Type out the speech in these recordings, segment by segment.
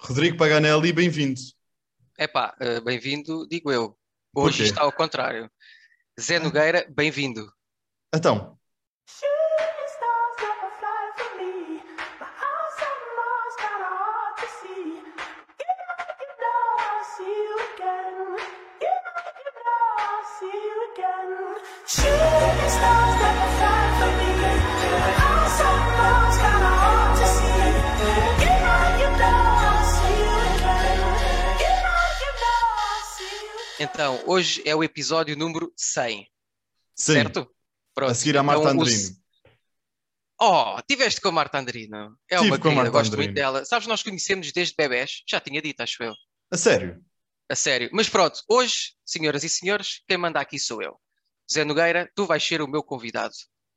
Rodrigo Paganelli, bem-vindo. Epá, eh, bem-vindo, digo eu. Hoje quê? está ao contrário. Zé Nogueira, bem-vindo. Então, Shooting stars never fly for me. My eyes on Mars kinda hard to see. You know, you know I'll see you again. You know, you know I'll see you again. Shooting stars never fly for me. My eyes on Mars kinda hard to see. You know, you know I'll see you again. You know, you know I'll see you again. Então, hoje é o episódio número 100, sim, certo? Pronto. a seguir à Marta Então, o- Andrino. Oh, tiveste com a Marta Andrino. É Tive uma com a querida, Marta gosto Andrino. muito dela. Sabes, nós conhecemos desde bebés, já tinha dito, acho eu. A sério? A sério. Mas pronto, hoje, senhoras e senhores, quem manda aqui sou eu. Zé Nogueira, tu vais ser o meu convidado.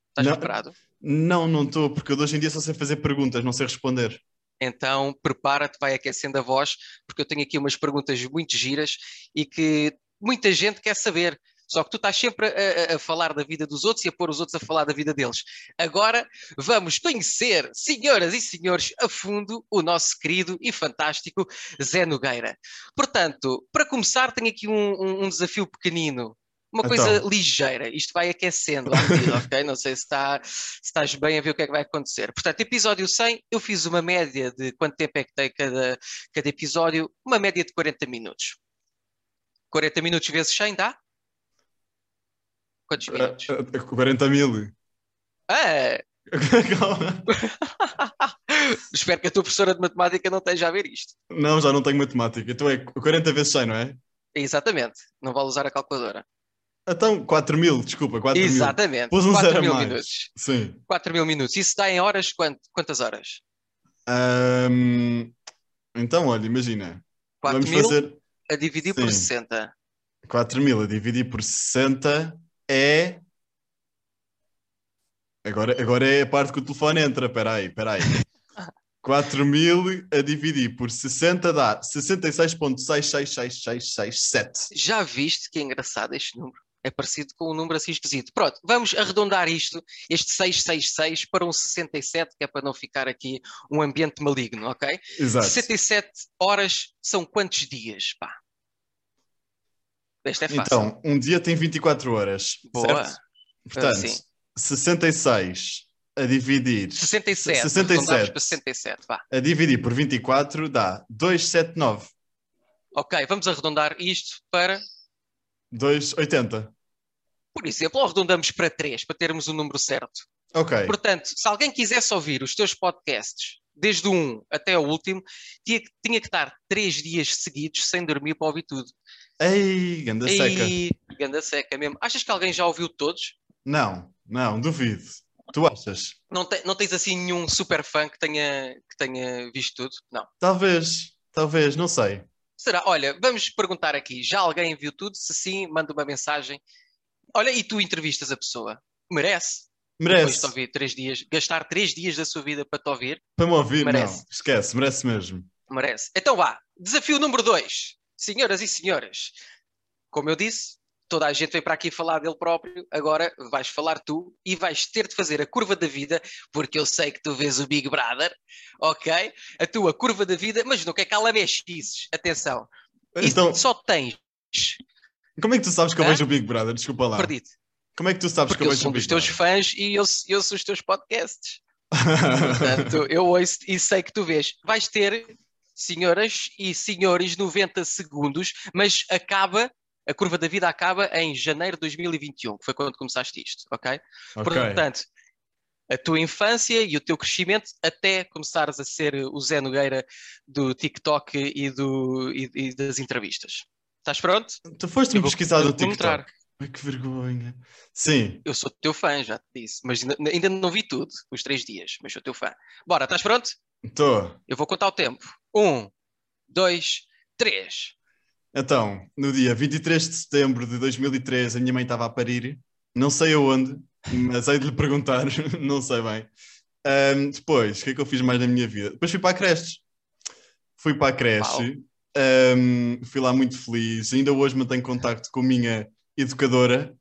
Estás Não. preparado? Não, não estou, porque eu de hoje em dia só sei fazer perguntas, não sei responder. Então, prepara-te, vai aquecendo a voz, porque eu tenho aqui umas perguntas muito giras e que muita gente quer saber. Só que tu estás sempre a, a- a falar da vida dos outros e a pôr os outros a falar da vida deles. Agora vamos conhecer, senhoras e senhores, a fundo o nosso querido e fantástico Zé Nogueira. Portanto, para começar, tenho aqui um, um- um desafio pequenino. Uma coisa Então. ligeira, isto vai aquecendo à medida, ok? Não sei se, está, se estás bem a ver o que é que vai acontecer. Portanto, episódio 100, eu fiz uma média de quanto tempo é que tem cada, cada episódio, uma média de 40 minutos. 40 minutos vezes 100 dá? Quantos minutos? Ah, ah, 40 mil. Ah, Espero que a tua professora de matemática não esteja a ver isto. não, já não tenho matemática. Então é 40 vezes 100, não é? Exatamente. Não vale usar a calculadora. Então, 4 mil, desculpa, 4 mil. Exatamente. Pôs um 4 zero a mil mais. minutos. Sim. 4 mil minutos. Isso dá em horas quant- quantas horas? Ahm, então, olha, imagina. 4 vamos mil fazer a dividir Sim. por 60. 4 mil a dividir por 60 é. Agora, agora é a parte que o telefone entra. Espera aí, espera aí. 4 mil a dividir por 60 dá 66,666667. Já viste que é engraçado este número? É parecido com um número assim esquisito. Pronto, vamos arredondar isto, este 666, para um 67, que é para não ficar aqui um ambiente maligno, ok? Exato. 67 horas são quantos dias, pá? Esta é fácil. Então, um dia tem 24 horas, Boa. Ah, certo? Portanto, sim. 66 a dividir, 67. 67. arredondamos para 67, vá. a dividir por 24 dá 279, Ok, vamos arredondar isto para, 280. por exemplo, ou arredondamos para 3, para termos o número certo. Ok. Portanto, se alguém quisesse ouvir os teus podcasts, desde o 1 até o último, tinha que, tinha que estar 3 dias seguidos sem dormir para ouvir tudo. Ei, ganda seca. E ganda seca mesmo. Achas que alguém já ouviu todos? Não, não, duvido. Tu achas? Não, te- não tens assim nenhum super fã que tenha, que tenha visto tudo? Não. Talvez, talvez, não sei. Será? Olha, vamos perguntar aqui. Já alguém viu tudo? Se sim, manda uma mensagem. Olha, e tu entrevistas a pessoa. Merece? Depois de te Merece. ouvir três dias, gastar três dias da sua vida para te ouvir? Para me ouvir, Merece. não. Esquece, merece mesmo. Merece. Então vá. Desafio número dois. Senhoras e senhores, como eu disse, toda a gente veio para aqui falar dele próprio. Agora vais falar tu e vais ter de fazer a curva da vida, porque eu sei que tu vês o Big Brother, ok? A tua curva da vida, mas não quer que ela mexices. Atenção. Isso Então, só tens. como é que tu sabes que eu Hã? vejo o Big Brother? Desculpa lá. Perdido. Como é que tu sabes que Porque eu eu vejo sou o um dos Big teus Brother? fãs e eu, eu sou os teus podcasts. Portanto, eu ouço e sei que tu vês. Vais ter, senhoras e senhores, 90 segundos, mas acaba, a curva da vida acaba em janeiro de 2021, que foi quando começaste isto, ok? Ok. Portanto, a tua infância e o teu crescimento até começares a ser o Zé Nogueira do TikTok e, do, e- e das entrevistas. Estás pronto? Tu foste-me eu vou pesquisar no cronometrar. TikTok. Ai, que vergonha. Sim, Eu sou teu fã, já te disse, mas ainda- ainda não vi tudo, os três dias, mas sou teu fã. Bora, estás pronto? estou. Eu vou contar o tempo. Um, dois, três. Então, no dia 23 de setembro de 2013, a minha mãe estava a parir, não sei aonde, mas hei de lhe perguntar, não sei bem. Ahm, depois, o que é que eu fiz mais na minha vida? Depois fui para a creche. Fui para a creche, ahm, fui lá muito feliz, ainda hoje mantenho contacto com a minha educadora,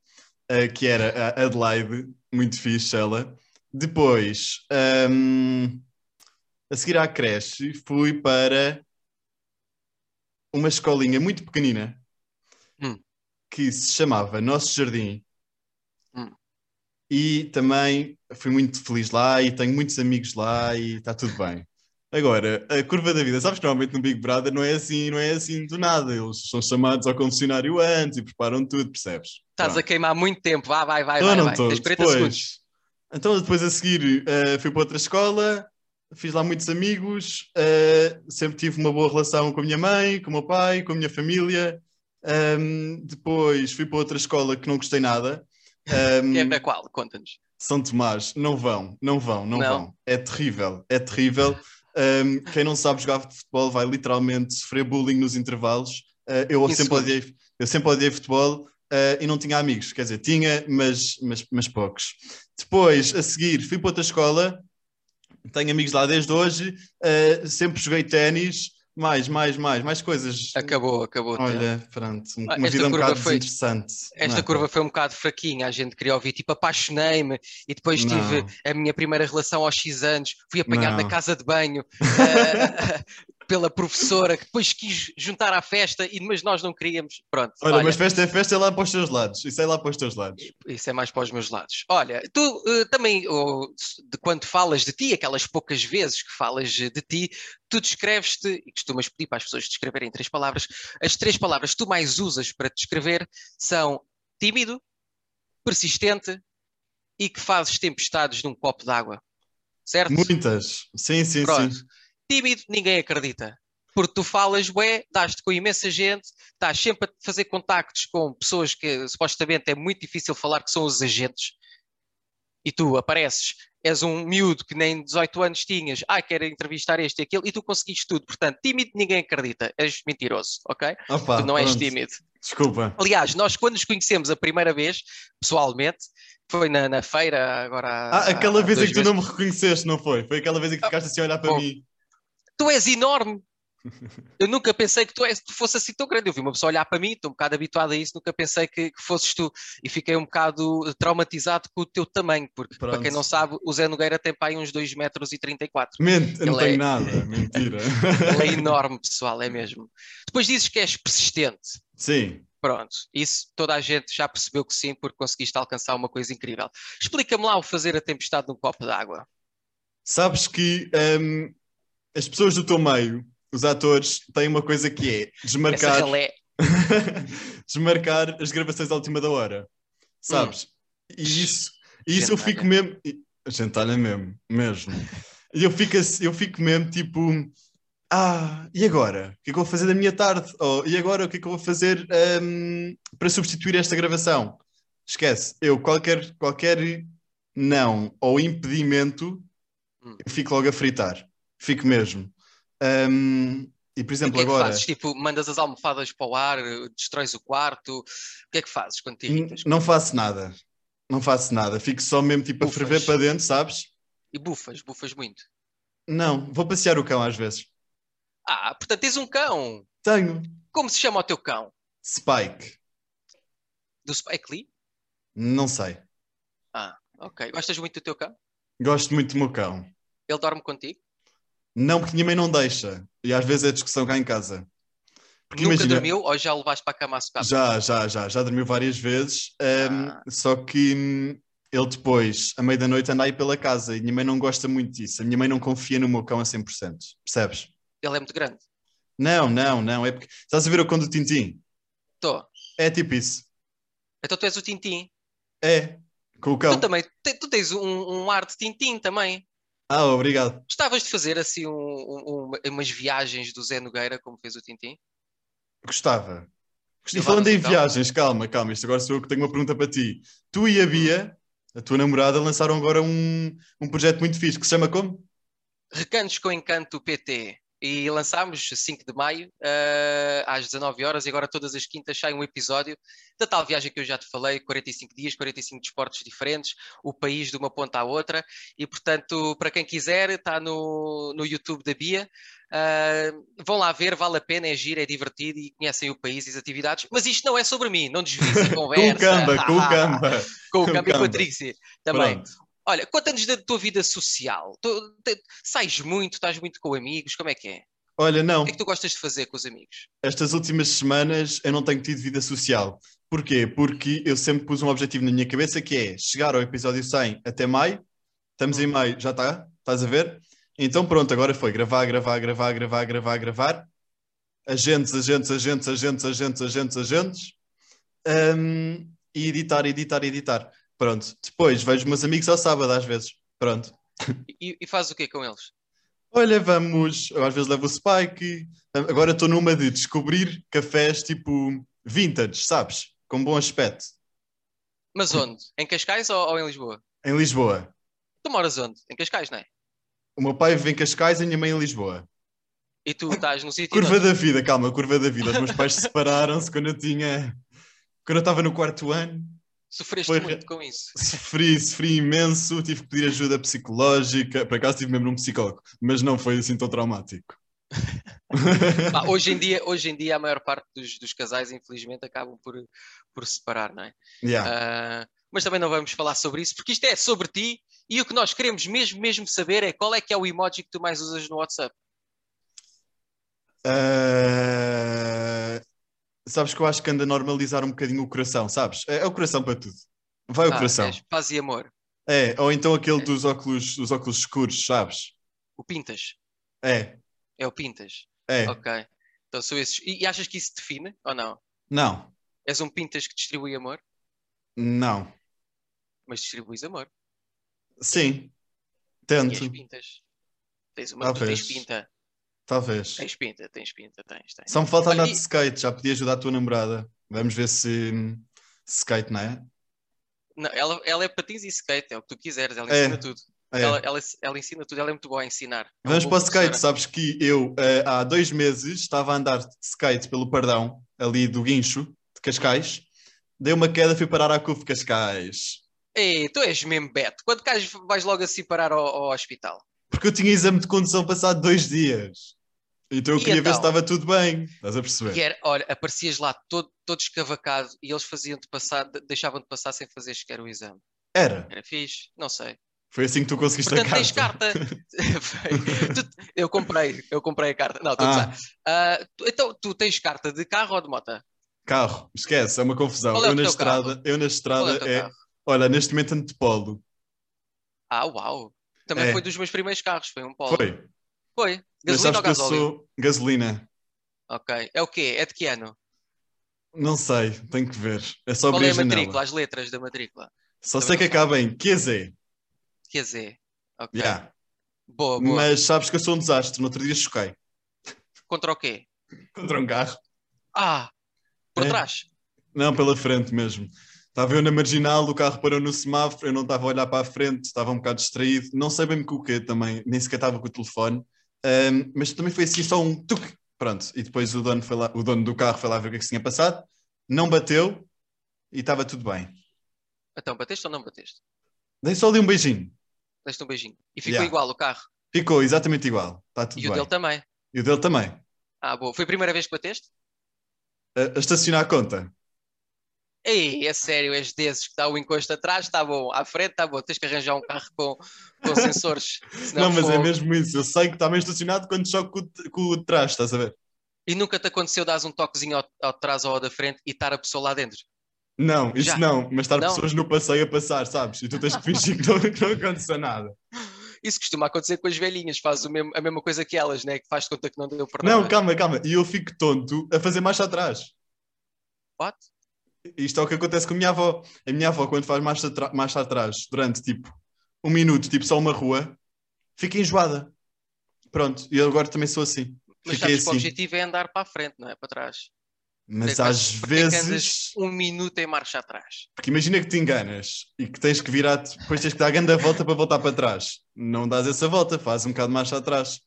ah, que era a Adelaide, muito fixe ela. Depois, ahm, a seguir à creche, fui para uma escolinha muito pequenina Hum. que se chamava Nosso Jardim. Hum. E também fui muito feliz lá e tenho muitos amigos lá e está tudo bem. Agora, a curva da vida, sabes que normalmente no Big Brother não é assim, não é assim do nada. Eles são chamados ao confessionário antes e preparam tudo, percebes? Estás a queimar muito tempo. Vá, vai, vai, Então vai. não vai. tô, Tens 40 depois. segundos. Então depois a seguir eh, fui para outra escola, fiz lá muitos amigos, eh, sempre tive uma boa relação com a minha mãe, com o meu pai, com a minha família. Ahm, depois fui para outra escola que não gostei nada. Ehm, Ahm, É para qual? Conta-nos. São Tomás, não vão, não vão, não, Não. vão. É terrível, é terrível. Ahm, quem não sabe jogar futebol vai literalmente sofrer bullying nos intervalos. Ah, eu, Em sempre segundos. odiei, eu sempre odiei futebol ah, e não tinha amigos, quer dizer, tinha, mas, mas, mas poucos. Depois, a seguir, fui para outra escola, tenho amigos lá desde hoje, ah, sempre joguei ténis, mais, mais, mais, mais coisas. Acabou, acabou. Olha, pronto, uma Ah, esta vida um curva bocado foi- desinteressante. Esta não é? curva foi um bocado fraquinha, a gente queria ouvir, tipo, apaixonei-me e depois Não. tive a minha primeira relação aos X anos, fui apanhado Não. na casa de banho ah, pela professora que depois quis juntar à festa, e mas nós não queríamos. Pronto, Olha, olha, mas festa é festa, é lá para os teus lados. Isso é lá para os teus lados. isso é mais para os meus lados. Olha, tu eh, também, oh, se- de quando falas de ti, aquelas poucas vezes que falas eh, de ti, tu descreves-te, e costumas pedir para as pessoas descreverem em três palavras, as três palavras que tu mais usas para te descrever são tímido, persistente e que fazes tempestades num copo d'água. Certo? Muitas. Sim, sim, Pronto. sim. Tímido, ninguém acredita. Porque tu falas, bué, dás-te com imensa gente, estás sempre a fazer contactos com pessoas que supostamente é muito difícil falar que são os agentes. E tu apareces, és um miúdo que nem 18 anos tinhas, ah, quero entrevistar este e aquele, e tu conseguiste tudo. Portanto, tímido, ninguém acredita. És mentiroso, ok? Opa, tu não és pronto. tímido. Desculpa. Aliás, nós quando nos conhecemos a primeira vez, pessoalmente, foi na, na feira, agora. há- Ah, aquela há vez em dois que tu meses. não me reconheceste, não foi? Foi aquela vez em que ficaste assim a olhar para Bom. mim. tu és enorme. Eu nunca pensei que tu, és, tu fosse assim tão grande. Eu vi uma pessoa olhar para mim, estou um bocado habituado a isso, nunca pensei que, que fosses tu. E fiquei um bocado traumatizado com o teu tamanho, porque Pronto. para quem não sabe, o Zé Nogueira tem pai uns 2 metros e 34. Mente, eu não Ele tenho é- nada. Mentira. Ele é enorme, pessoal, é mesmo. Depois dizes que és persistente. sim. Pronto, isso toda a gente já percebeu que sim, porque conseguiste alcançar uma coisa incrível. Explica-me lá o fazer a tempestade num copo d'água. Sabes que hum, as pessoas do teu meio, os atores, têm uma coisa que é Essa desmarcar, ralé. desmarcar as gravações à última da hora. Sabes? E isso, e isso eu Hum. Gentalha. fico mesmo. e- Gentalha mesmo, mesmo. E eu fico, assim- eu fico mesmo tipo. Ah, e agora? O que é que eu vou fazer da minha tarde? Ou, e agora o que é que eu vou fazer hum, para substituir esta gravação? Esquece, eu qualquer, qualquer não ou impedimento, Hum. eu fico logo a fritar. Fico mesmo. Hum, e por O exemplo, que é que agora. fazes? Tipo, mandas as almofadas para o ar, destróis o quarto. O que é que fazes quando te N- irritas? Não faço nada. Não faço nada. Fico só mesmo tipo a Ufas. ferver para dentro, sabes? E bufas, bufas muito. Não, vou passear o cão às vezes. Ah, portanto, tens um cão. Tenho Como se chama o teu cão? Spike. Do é Spike Lee? Não sei. Ok. Gostas muito do teu cão? Gosto muito do meu cão. Ele dorme contigo? Não, porque minha mãe não deixa. E às vezes é discussão cá em casa. Porque Nunca imagina, dormiu ou já o levaste para a cama a socar? já, já, já, já dormiu várias vezes. ahm, Ah. Só que hum, ele depois, à meia da noite, anda aí pela casa. E minha mãe não gosta muito disso. A minha mãe não confia no meu cão a 100%. Percebes? Ele é muito grande. Não, não, não. É porque. Estás a ver o cão do Tintim? Estou. É tipo isso. Então tu és o Tintim. É, com o cão. Tu também, te- tu tens um, um ar de Tintim também. Ah, obrigado. Gostavas de fazer assim um- um- um- umas viagens do Zé Nogueira, como fez o Tintim? Gostava. Gost- E Levavas falando em o cão? viagens, calma, calma, isto agora sou eu que tenho uma pergunta para ti. Tu e a Bia, a tua namorada, lançaram agora um, um projeto muito fixe que se chama como? Recantos com Encanto PT. E lançámos 5 de maio, eh, às 19 horas, e agora todas as quintas sai um episódio da tal viagem que eu já te falei, 45 dias, 45 desportos diferentes, o país de uma ponta à outra, e portanto, para quem quiser, está no, no YouTube da Bia, eh, vão lá ver, vale a pena, é giro, é divertido, e conhecem o país e as atividades, mas isto não é sobre mim, não desvie a Com o conversa. Camba, com o Camba. com o com o Camba e com Camba. a Trixie também. Pronto. Olha, conta-nos da tua vida social. Tu, te- sais muito, estás muito com amigos, como é que é? Olha, não. O que é que tu gostas de fazer com os amigos? Estas últimas semanas eu não tenho tido vida social. Porquê? Porque eu sempre pus um objetivo na minha cabeça que é chegar ao episódio 100 até maio. Estamos em maio, já está? Estás a ver? Então pronto, agora foi gravar, gravar, gravar, gravar, gravar, gravar. Agentes, agentes, agentes, agentes, agentes, agentes, agentes. Ahm, e editar, editar, editar. Pronto. Depois vejo meus amigos ao sábado às vezes. Pronto. E, e fazes o quê com eles? Olha, vamos. Eu às vezes levo o Spike. Agora estou numa de descobrir cafés tipo vintage, sabes? Com bom aspecto. Mas onde? Em Cascais ou, ou em Lisboa? Em Lisboa. Tu moras onde? Em Cascais, não é? O meu pai vive em Cascais e a minha mãe em Lisboa. E tu estás no sítio. Curva onde? da vida, calma, curva da vida. Os meus pais separaram-se quando eu tinha. Quando eu estava no quarto ano. Sofreste Foi- muito com isso. Sofri, sofri imenso. Tive que pedir ajuda psicológica. Por acaso tive mesmo um psicólogo, mas não foi assim tão traumático. Pá, hoje, em dia, hoje em dia, a maior parte dos, dos casais, infelizmente, acabam por, por se separar, não é? Yeah. Ah, mas também não vamos falar sobre isso, porque isto é sobre ti e o que nós queremos mesmo, mesmo saber é qual é que é o emoji que tu mais usas no WhatsApp. Ah, Sabes que eu acho que anda a normalizar um bocadinho o coração, sabes? É, é o coração para tudo. Vai o Ah, coração. és paz e amor. É, ou então aquele É. dos óculos, dos óculos escuros, sabes? O Pintas. É, É o Pintas. é. Ok. Então são esses. E, e achas que isso te define ou não? Não, És um Pintas que distribui amor, não. mas distribuis amor. Sim, E tento, és Pintas. Tens uma. tu Talvez. tens pinta. talvez. Tens pinta, tens pinta, tens, tens. Só me falta Olha, andar de e- skate, já podia ajudar a tua namorada. Vamos ver se hum, skate, não é? Não, ela, ela é patins e skate, é o que tu quiseres, ela É, ensina tudo. É. Ela, ela, ela ensina tudo, ela é muito boa a ensinar. É uma Vamos para boa o skate, professora. sabes que eu eh, há dois meses estava a andar de skate pelo Pardão, ali do Guincho, de Cascais. Dei uma queda, fui parar à CUF de Cascais. Ei, tu és mesmo beto. Quando cá vais logo assim parar ao, ao hospital? Porque eu tinha exame de condução passado dois dias. Então eu E queria ver se então? estava tudo bem. Estás a perceber? E é? era, olha, aparecias lá todo, todo escavacado e eles faziam-te passar, de- deixavam-te passar sem fazer sequer o exame. Era. Era fixe? Não sei. Foi assim que tu conseguiste Portanto, a tens carta. carta. Tu- eu comprei, eu comprei a carta. Não, estou a Ah, gozar. Ah, tu- então, tu tens carta de carro ou de moto? Tá, carro. Esquece, é uma confusão. Qual é o eu, na teu carro? estrada, eu na Qual é estrada o teu é. carro? Olha, neste momento ando de polo. Ah, uau! Também É. foi dos meus primeiros carros, foi um Polo. Foi. Foi. Mas Gasolina sabes ou que eu gasóleo? sou gasolina. Ok. É o quê? É de que ano? Não sei, tenho que ver. É só Qual abrir é a a janela. matrícula? As letras da matrícula? Só Também sei que não sei. acaba em QZ. Quer dizer. Ok. Yeah. Boa, É, oh, boa. Mas sabes que eu sou um desastre. No outro dia choquei Contra o quê? contra um carro. Ah! Por É. trás. Não, pela frente mesmo. Estava eu na marginal, o carro parou no semáforo, eu não estava a olhar para a frente, estava um bocado distraído, não sei bem com o quê também, nem sequer estava com o telefone, Ahm, mas também foi assim só um tuc, pronto, e depois o dono, foi lá, o dono do carro foi lá ver o que é que se tinha passado, não bateu e estava tudo bem. Então, bateste ou não bateste? Dei só ali um beijinho, Deste um beijinho. E ficou Yeah. igual o carro. ficou exatamente igual, está tudo E bem. o dele também. E o dele também. Ah, boa. Foi a primeira vez que bateste? A, a estacionar a conta, Ei, é sério, és desses que dá o encosto atrás, está bom. À frente, está bom. Tens que arranjar um carro com, com sensores. não, senão mas é fogo. mesmo isso, eu sei que está bem estacionado quando choco com, o t- com o trás, estás a ver? E nunca te aconteceu dar um toquezinho ao, ao de trás ou ao da frente e estar a pessoa lá dentro? Não, isso Já. não, mas estar Não? pessoas no passeio a passar, sabes? E tu tens que fingir que não, que não aconteceu nada. Isso costuma acontecer com as velhinhas, faz o mesmo- a mesma coisa que elas, né? Que faz de conta que não deu por Não, nada. calma, calma. E eu fico tonto a fazer marcha atrás. What? Isto é o que acontece com a minha avó. A minha avó, quando faz marcha, atra- marcha atrás durante tipo um minuto, tipo só uma rua, fica enjoada. Pronto, e eu agora também sou assim. Mas Fiquei sabes que o assim. objetivo é andar para a frente, não é para trás. Mas Por que é que às andas- por que é que andas vezes, Um minuto em marcha atrás. porque imagina que te enganas e que tens que virar, depois tens que dar a grande volta para voltar para trás. Não dás essa volta, faz um bocado de marcha atrás.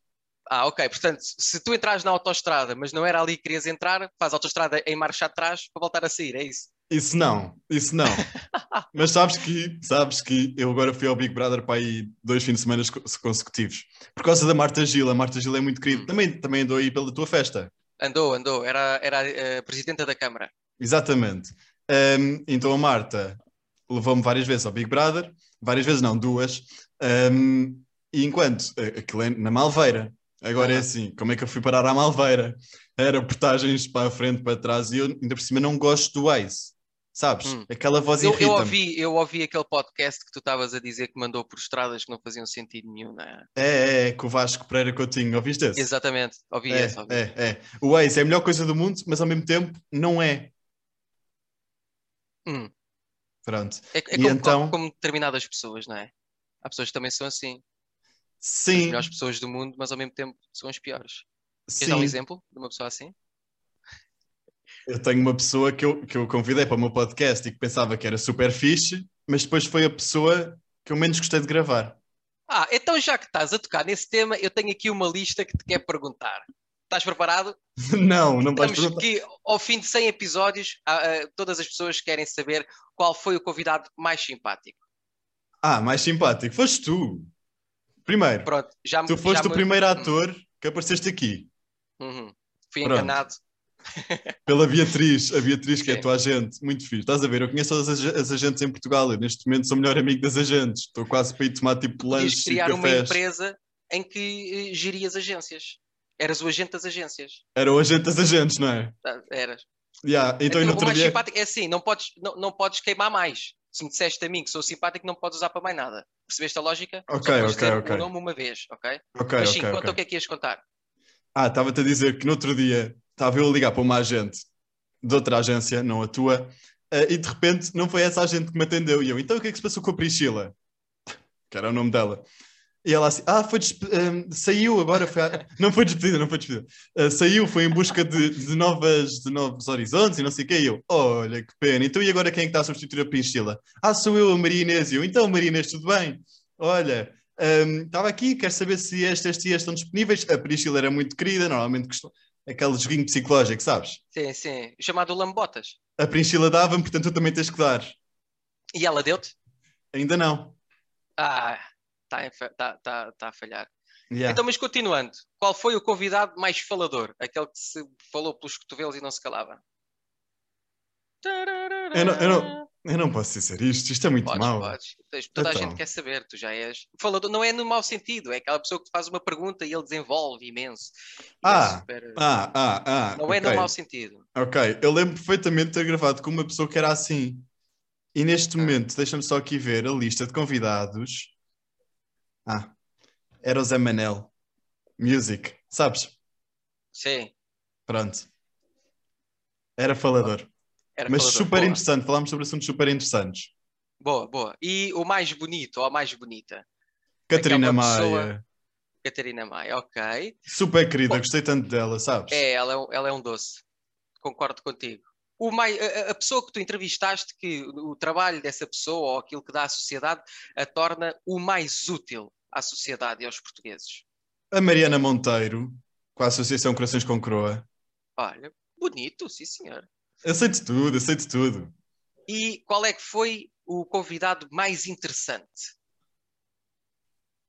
Ah, ok. Portanto, se tu entras na autoestrada, mas não era ali que querias entrar, faz a autoestrada em marcha atrás para voltar a sair, é isso? Isso não, isso não. Mas sabes que, sabes que eu agora fui ao Big Brother para aí dois fins de semana co- consecutivos. Por causa da Marta Gil, a Marta Gil é muito querida. Também, também andou aí pela tua festa. Andou, andou. Era, era a presidenta da Câmara. Exatamente. Ahm, então a Marta levou-me várias vezes ao Big Brother, várias vezes não, duas. Ahm, e enquanto, eh, aquilo é na Malveira, Agora Ah. é assim, como é que eu fui parar à Malveira? Era portagens para a frente, para trás, e eu ainda por cima não gosto do Ice, sabes? Hum. Aquela voz Eu, eu, irrita-me. ouvi, eu ouvi aquele podcast que tu estavas a dizer que mandou por estradas que não faziam sentido nenhum, não é? É, é, é, com o Vasco Pereira Coutinho, ouviste esse? Exatamente, ouvi É, esse, ouvi. é, é. O Ace é a melhor coisa do mundo, mas ao mesmo tempo não é. Hum. Pronto. É, é E como, então? como- como determinadas pessoas, não é? Há pessoas que também são assim, as Sim, melhores pessoas do mundo, mas ao mesmo tempo são as piores. Queres dar um sim. exemplo de uma pessoa assim? Eu tenho uma pessoa que eu, que eu convidei para o meu podcast e que pensava que era super fixe, mas depois foi a pessoa que eu menos gostei de gravar. Ah, então já que estás a tocar nesse tema, eu tenho aqui uma lista que te quero perguntar. Estás preparado? não, não vais Estamos perguntar. aqui ao fim de 100 episódios, ah, ah, todas as pessoas querem saber qual foi o convidado mais simpático. Ah, mais simpático. Foste tu. Primeiro, Pronto, já me tu já foste o me- Hum. primeiro ator que apareceste aqui. Uhum. Fui Pronto. enganado. Pela Beatriz, a Beatriz que é a Sim. tua agente, muito fixe. Estás a ver, eu conheço as, ag- as agentes em Portugal, eu neste momento sou o melhor amigo das agentes. Estou quase para ir tomar tipo Podias lanche e criar uma cafés. empresa em que eh, gerias agências. Eras o agente das agências. Era o agente das agentes, não é? Tá, Eras. Yeah, Então, eu Aquilo- no o outro mais dia... simpático é assim, não podes, não, não podes queimar mais. Se me disseste a mim que sou simpático, não podes usar para mais nada. Percebeste a lógica? Ok, Só podes ok, dizer ok. o nome uma vez, ok? Ok, Mas sim, ok, conta ok. o que é que ias contar. Ah, estava-te a dizer que no outro dia estava eu a ligar para uma agente de outra agência, não a tua, eh, e de repente não foi essa agente que me atendeu. E eu, então o que é que se passou com a Priscila? Que era o nome dela. E ela assim, ah, foi despe- eh, saiu agora, foi à- não foi despedida, não foi despedida. Eh, saiu, foi em busca de, de novas, de novos horizontes e não sei o quê. E eu, olha que pena. Então e agora quem é que está a substituir a Priscila? Ah, sou eu, a Maria Inês. E eu, então Maria Inês, tudo bem? Olha, Ahm, Estava aqui, quero saber se este, este e este estão disponíveis. A Priscila era muito querida, normalmente costuma... aquele joguinho psicológico, sabes? Sim, sim. Chamado Lambotas. A Priscila dava-me, portanto tu também tens que dar. E ela deu-te? Ainda não. Ah, está tá, a falhar. Yeah. Então, mas continuando. Qual foi o convidado mais falador? Aquele que se falou pelos cotovelos e não se calava? Eu não- eu não- Eu não posso dizer isto, isto é muito Podes, mau. podes. Tens- Toda a Então. gente quer saber, tu já és. Falador não é no mau sentido, é aquela pessoa que te faz uma pergunta e ele desenvolve imenso. E é Ah, super- Ah, ah, ah. não é ok. no mau sentido. Ok, eu lembro perfeitamente de ter gravado com uma pessoa que era assim. E neste momento, deixa-me só aqui ver a lista de convidados. Ah, era o Zé Manel. Music, sabes? Sim, Pronto. Era falador. era Mas falador. super boa, interessante, falámos sobre assuntos super interessantes. Boa, boa. E o mais bonito ou a mais bonita? É Catarina Aquela Maia, pessoa- Catarina Maia, ok. super querida, Bom- gostei tanto dela, sabes? É, ela é, um- ela é um doce. Concordo contigo. O mai- a, a- a pessoa que tu entrevistaste, que o, o trabalho dessa pessoa ou aquilo que dá à sociedade a torna o mais útil à sociedade e aos portugueses. A Mariana Monteiro, com a Associação Corações com Croa. Olha, bonito, sim senhor. Aceito tudo, aceito tudo. E qual é que foi o convidado mais interessante?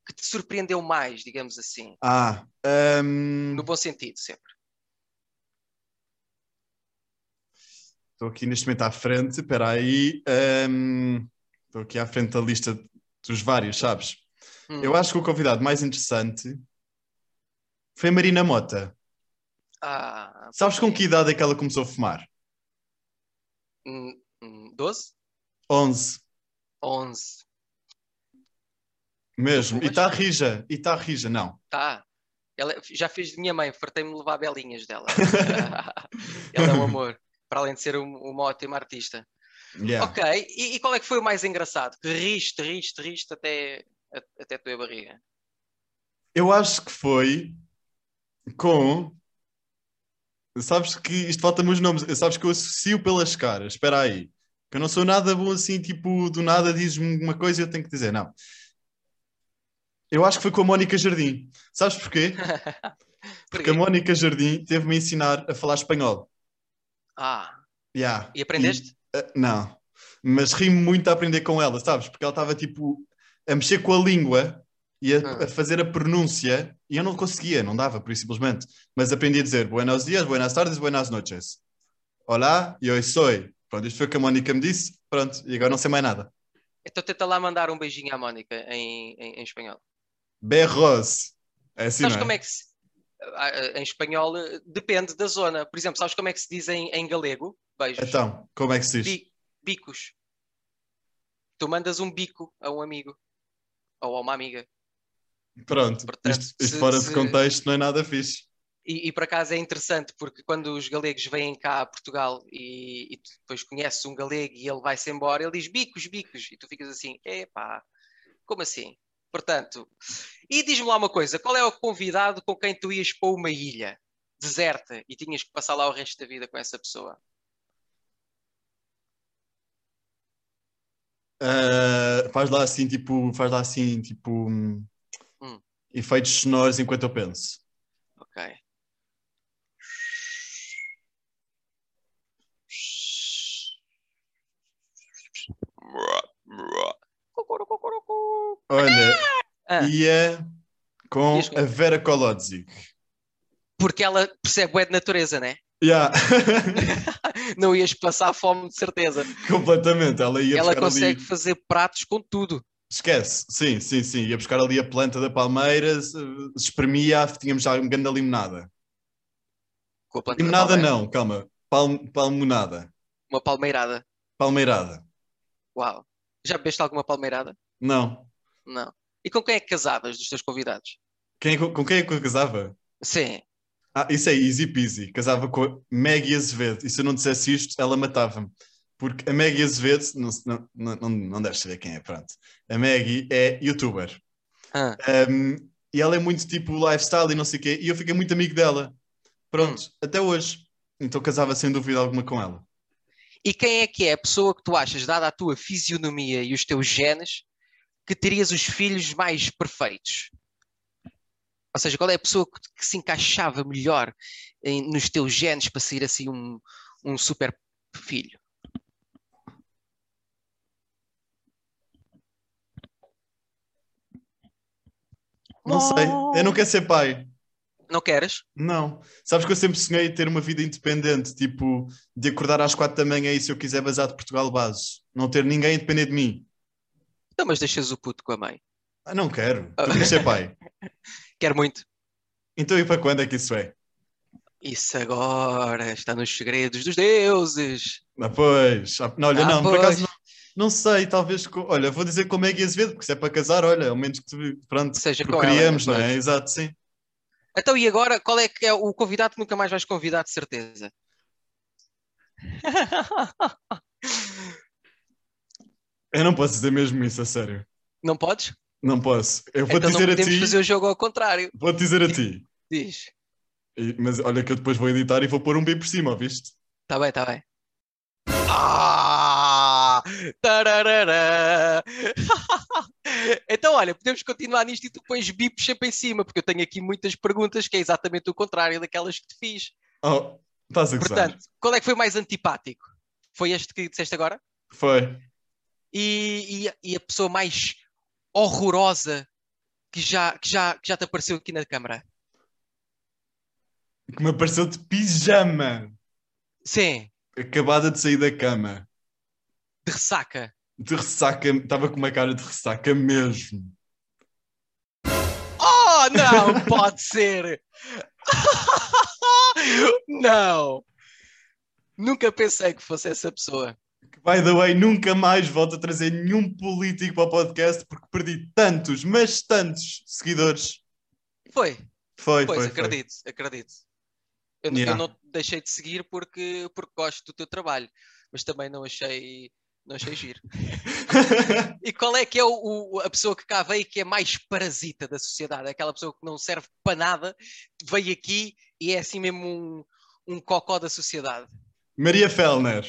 Que te surpreendeu mais, digamos assim. Ah, hum, No estou bom sentido, sempre. aqui neste momento à frente, espera aí. hum, Estou aqui à frente da lista dos vários, sabes? Hum. Eu acho que o convidado mais interessante foi a Marina Mota. Ah, Sabes com ok. que idade é que ela começou a fumar? Hum, hum, 12? 11. 11. Mesmo, e Mas- está rija, e está rija, não. Tá. Ela, já fiz de minha mãe, fartei-me de levar belinhas dela. Ela é um amor, para além de ser um- uma ótima artista. Yeah. Ok, e, e qual é que foi o mais engraçado? Que riste, riste, riste até, a- até doer a barriga. Eu acho que foi com. Sabes que isto falta-me os nomes, sabes que eu associo pelas caras, espera aí. Que eu não sou nada bom assim, tipo, do nada dizes-me uma coisa e eu tenho que dizer, não. Eu acho que foi com a Mónica Jardim. Sabes porquê? Porque Porquê? a Mónica Jardim teve-me a ensinar a falar espanhol. Ah, Yeah. e aprendeste? Ah, Não, mas ri-me muito a aprender com ela, sabes? Porque ela estava tipo a mexer com a língua e a, Ah. a fazer a pronúncia e eu não conseguia, não dava, por isso simplesmente. Mas aprendi a dizer buenos dias, buenas tardes, buenas noches. Olá, eu sou. Pronto, isto foi o que a Mónica me disse, pronto, e agora não sei mais nada. Então tenta lá mandar um beijinho à Mónica em, em, em espanhol. Berros. É assim, Sabes não é? como é que se, em espanhol eh, depende da zona. Por exemplo, sabes como é que se diz em, em galego? Beijos. Então, como é que se diz? Bi- bicos. Tu mandas um bico a um amigo ou a uma amiga. Pronto, Portanto, isto, isto se- fora de se- contexto não é nada fixe. E, e por acaso é interessante porque quando os galegos vêm cá a Portugal e, e tu depois conheces um galego e ele vai-se embora, ele diz bicos, bicos, e tu ficas assim, epá, como assim? Portanto, e diz-me lá uma coisa, qual é o convidado com quem tu ias para uma ilha deserta e tinhas que passar lá o resto da vida com essa pessoa? Ah, faz lá assim, tipo, faz lá assim, tipo, hum, Hum. efeitos sonoros enquanto eu penso. Ok. Olha, Ah! ia com Diz-me. a Vera Kolodzik. Porque ela percebe bué de natureza, né? Yeah. Não ias passar fome, de certeza. Completamente, ela ia ela buscar consegue ali. fazer pratos com tudo. Esquece, sim, sim, sim. Ia buscar ali a planta da palmeira, se- se espremia, tínhamos já um grande limonada. Com a planta da Limonada palmeira. não, calma. Palm, palmonada. Uma palmeirada. Palmeirada. Uau. Já bebeste alguma palmeirada? Não. Não. E com quem é que casavas dos teus convidados? Quem, é que- com quem é que eu casava? Sim. Ah, isso é easy peasy. Casava com a Maggie Azevedo. E se eu não dissesse isto, ela matava-me. Porque a Maggie Azevedo, não, se- não, não, não- não deves saber quem é, pronto. A Maggie é youtuber. Ah. Um, e ela é muito tipo lifestyle e não sei o quê. E eu fiquei muito amigo dela. Pronto, até hoje. Então casava sem dúvida alguma com ela. E quem é que é a pessoa que tu achas, dada a tua fisionomia e os teus genes, que terias os filhos mais perfeitos? Ou seja, qual é a pessoa que, que se encaixava melhor em- nos teus genes para sair assim um, um super filho? Não sei. Eu não quero ser pai. Não queres? Não. Sabes que eu sempre sonhei em ter uma vida independente, tipo, de acordar às quatro da manhã e se eu quiser bazar de Portugal base, não ter ninguém a depender de mim. Então, mas deixas o puto com a mãe. Ah, não quero. Ah. Tu queres ser pai. Quero muito. Então e para quando é que isso é? Isso agora está nos segredos dos deuses. Ah, pois. Ah, não, olha, Ah, não, por pois. acaso não, não sei, talvez. co- Olha, vou dizer como é que ia se ver, porque se é para casar, olha, ao menos que tu, pronto, Seja com procriamos, ela, não é? pois. Exato, sim. Então, e agora, qual é que é o convidado que nunca mais vais convidar, de certeza? Eu não posso dizer mesmo isso, a sério. Não podes? Não posso. Eu vou então não dizer assim- a podemos ti, fazer o jogo ao contrário. vou dizer a ti. Diz. E- mas olha que eu depois vou editar e vou pôr um bi por cima, ouviste? Tá bem, tá bem. Ah! Tararará! então, olha, podemos continuar nisto e tu pões bips sempre em cima, porque eu tenho aqui muitas perguntas que é exatamente o contrário daquelas que te fiz. Oh, estás a gozar. Portanto, qual é que foi mais antipático? Foi este que disseste agora? Foi. e, e- e a pessoa mais horrorosa que já, que já, que já te apareceu aqui na câmara. que me apareceu de pijama, Sim, acabada de sair da cama, de ressaca. de ressaca, estava com uma cara de ressaca mesmo. Oh, não pode ser! não! Nunca pensei que fosse essa pessoa. Que, by the way, nunca mais volto a trazer nenhum político para o podcast porque perdi tantos, mas tantos seguidores. Foi, Foi, pois, foi, foi. acredito, acredito. Eu, eu Yeah. não te deixei de seguir porque, porque gosto do teu trabalho, mas também não achei, não achei giro. E qual é que é o- o- a pessoa que cá veio que é mais parasita da sociedade? Aquela pessoa que não serve para nada, veio aqui e é assim mesmo um, um cocó da sociedade. Maria Fellner.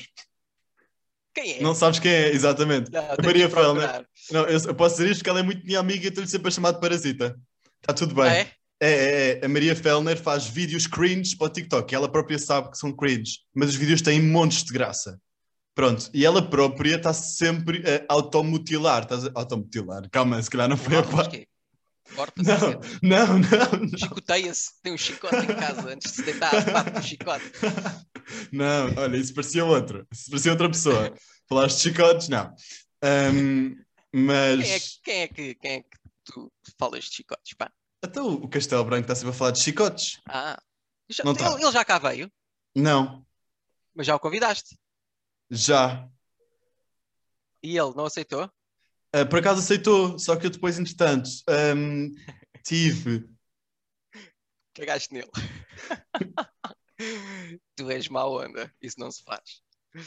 Quem é? Não sabes quem é, exatamente. Não, tenho que Maria né? ir procurar. Não, eu, eu posso dizer isto porque ela é muito minha amiga e estou-lhe sempre a chamar de parasita. Está tudo bem. Ah, é? É, é, é. A Maria Fellner faz vídeos cringe para o TikTok. Ela própria sabe que são cringe, mas os vídeos têm montes de graça. Pronto. E ela própria está sempre a automutilar. Estás a... Automutilar. Calma, se calhar não foi a Corta, mas parte. quê? Corta, Não, quer dizer, não, não, Chicoteia-se, tem um chicote em casa antes de se deitar, bate com o chicote. não. Não, olha, isso parecia outro. Isso parecia outra pessoa. Falaste de chicotes? Não. Ahm, mas. é Quem é, que- quem é que, quem é que tu falas de chicotes? Pá? Até então, o o Castelo Branco está sempre a falar de chicotes. Ah, já- Não tá. ele, ele já cá veio, Não, mas já o convidaste. já. E ele não aceitou? Ah, por acaso aceitou, só que eu depois, entretanto, ahm, tive. Cagaste nele. tu és mau, onda. Isso não se faz.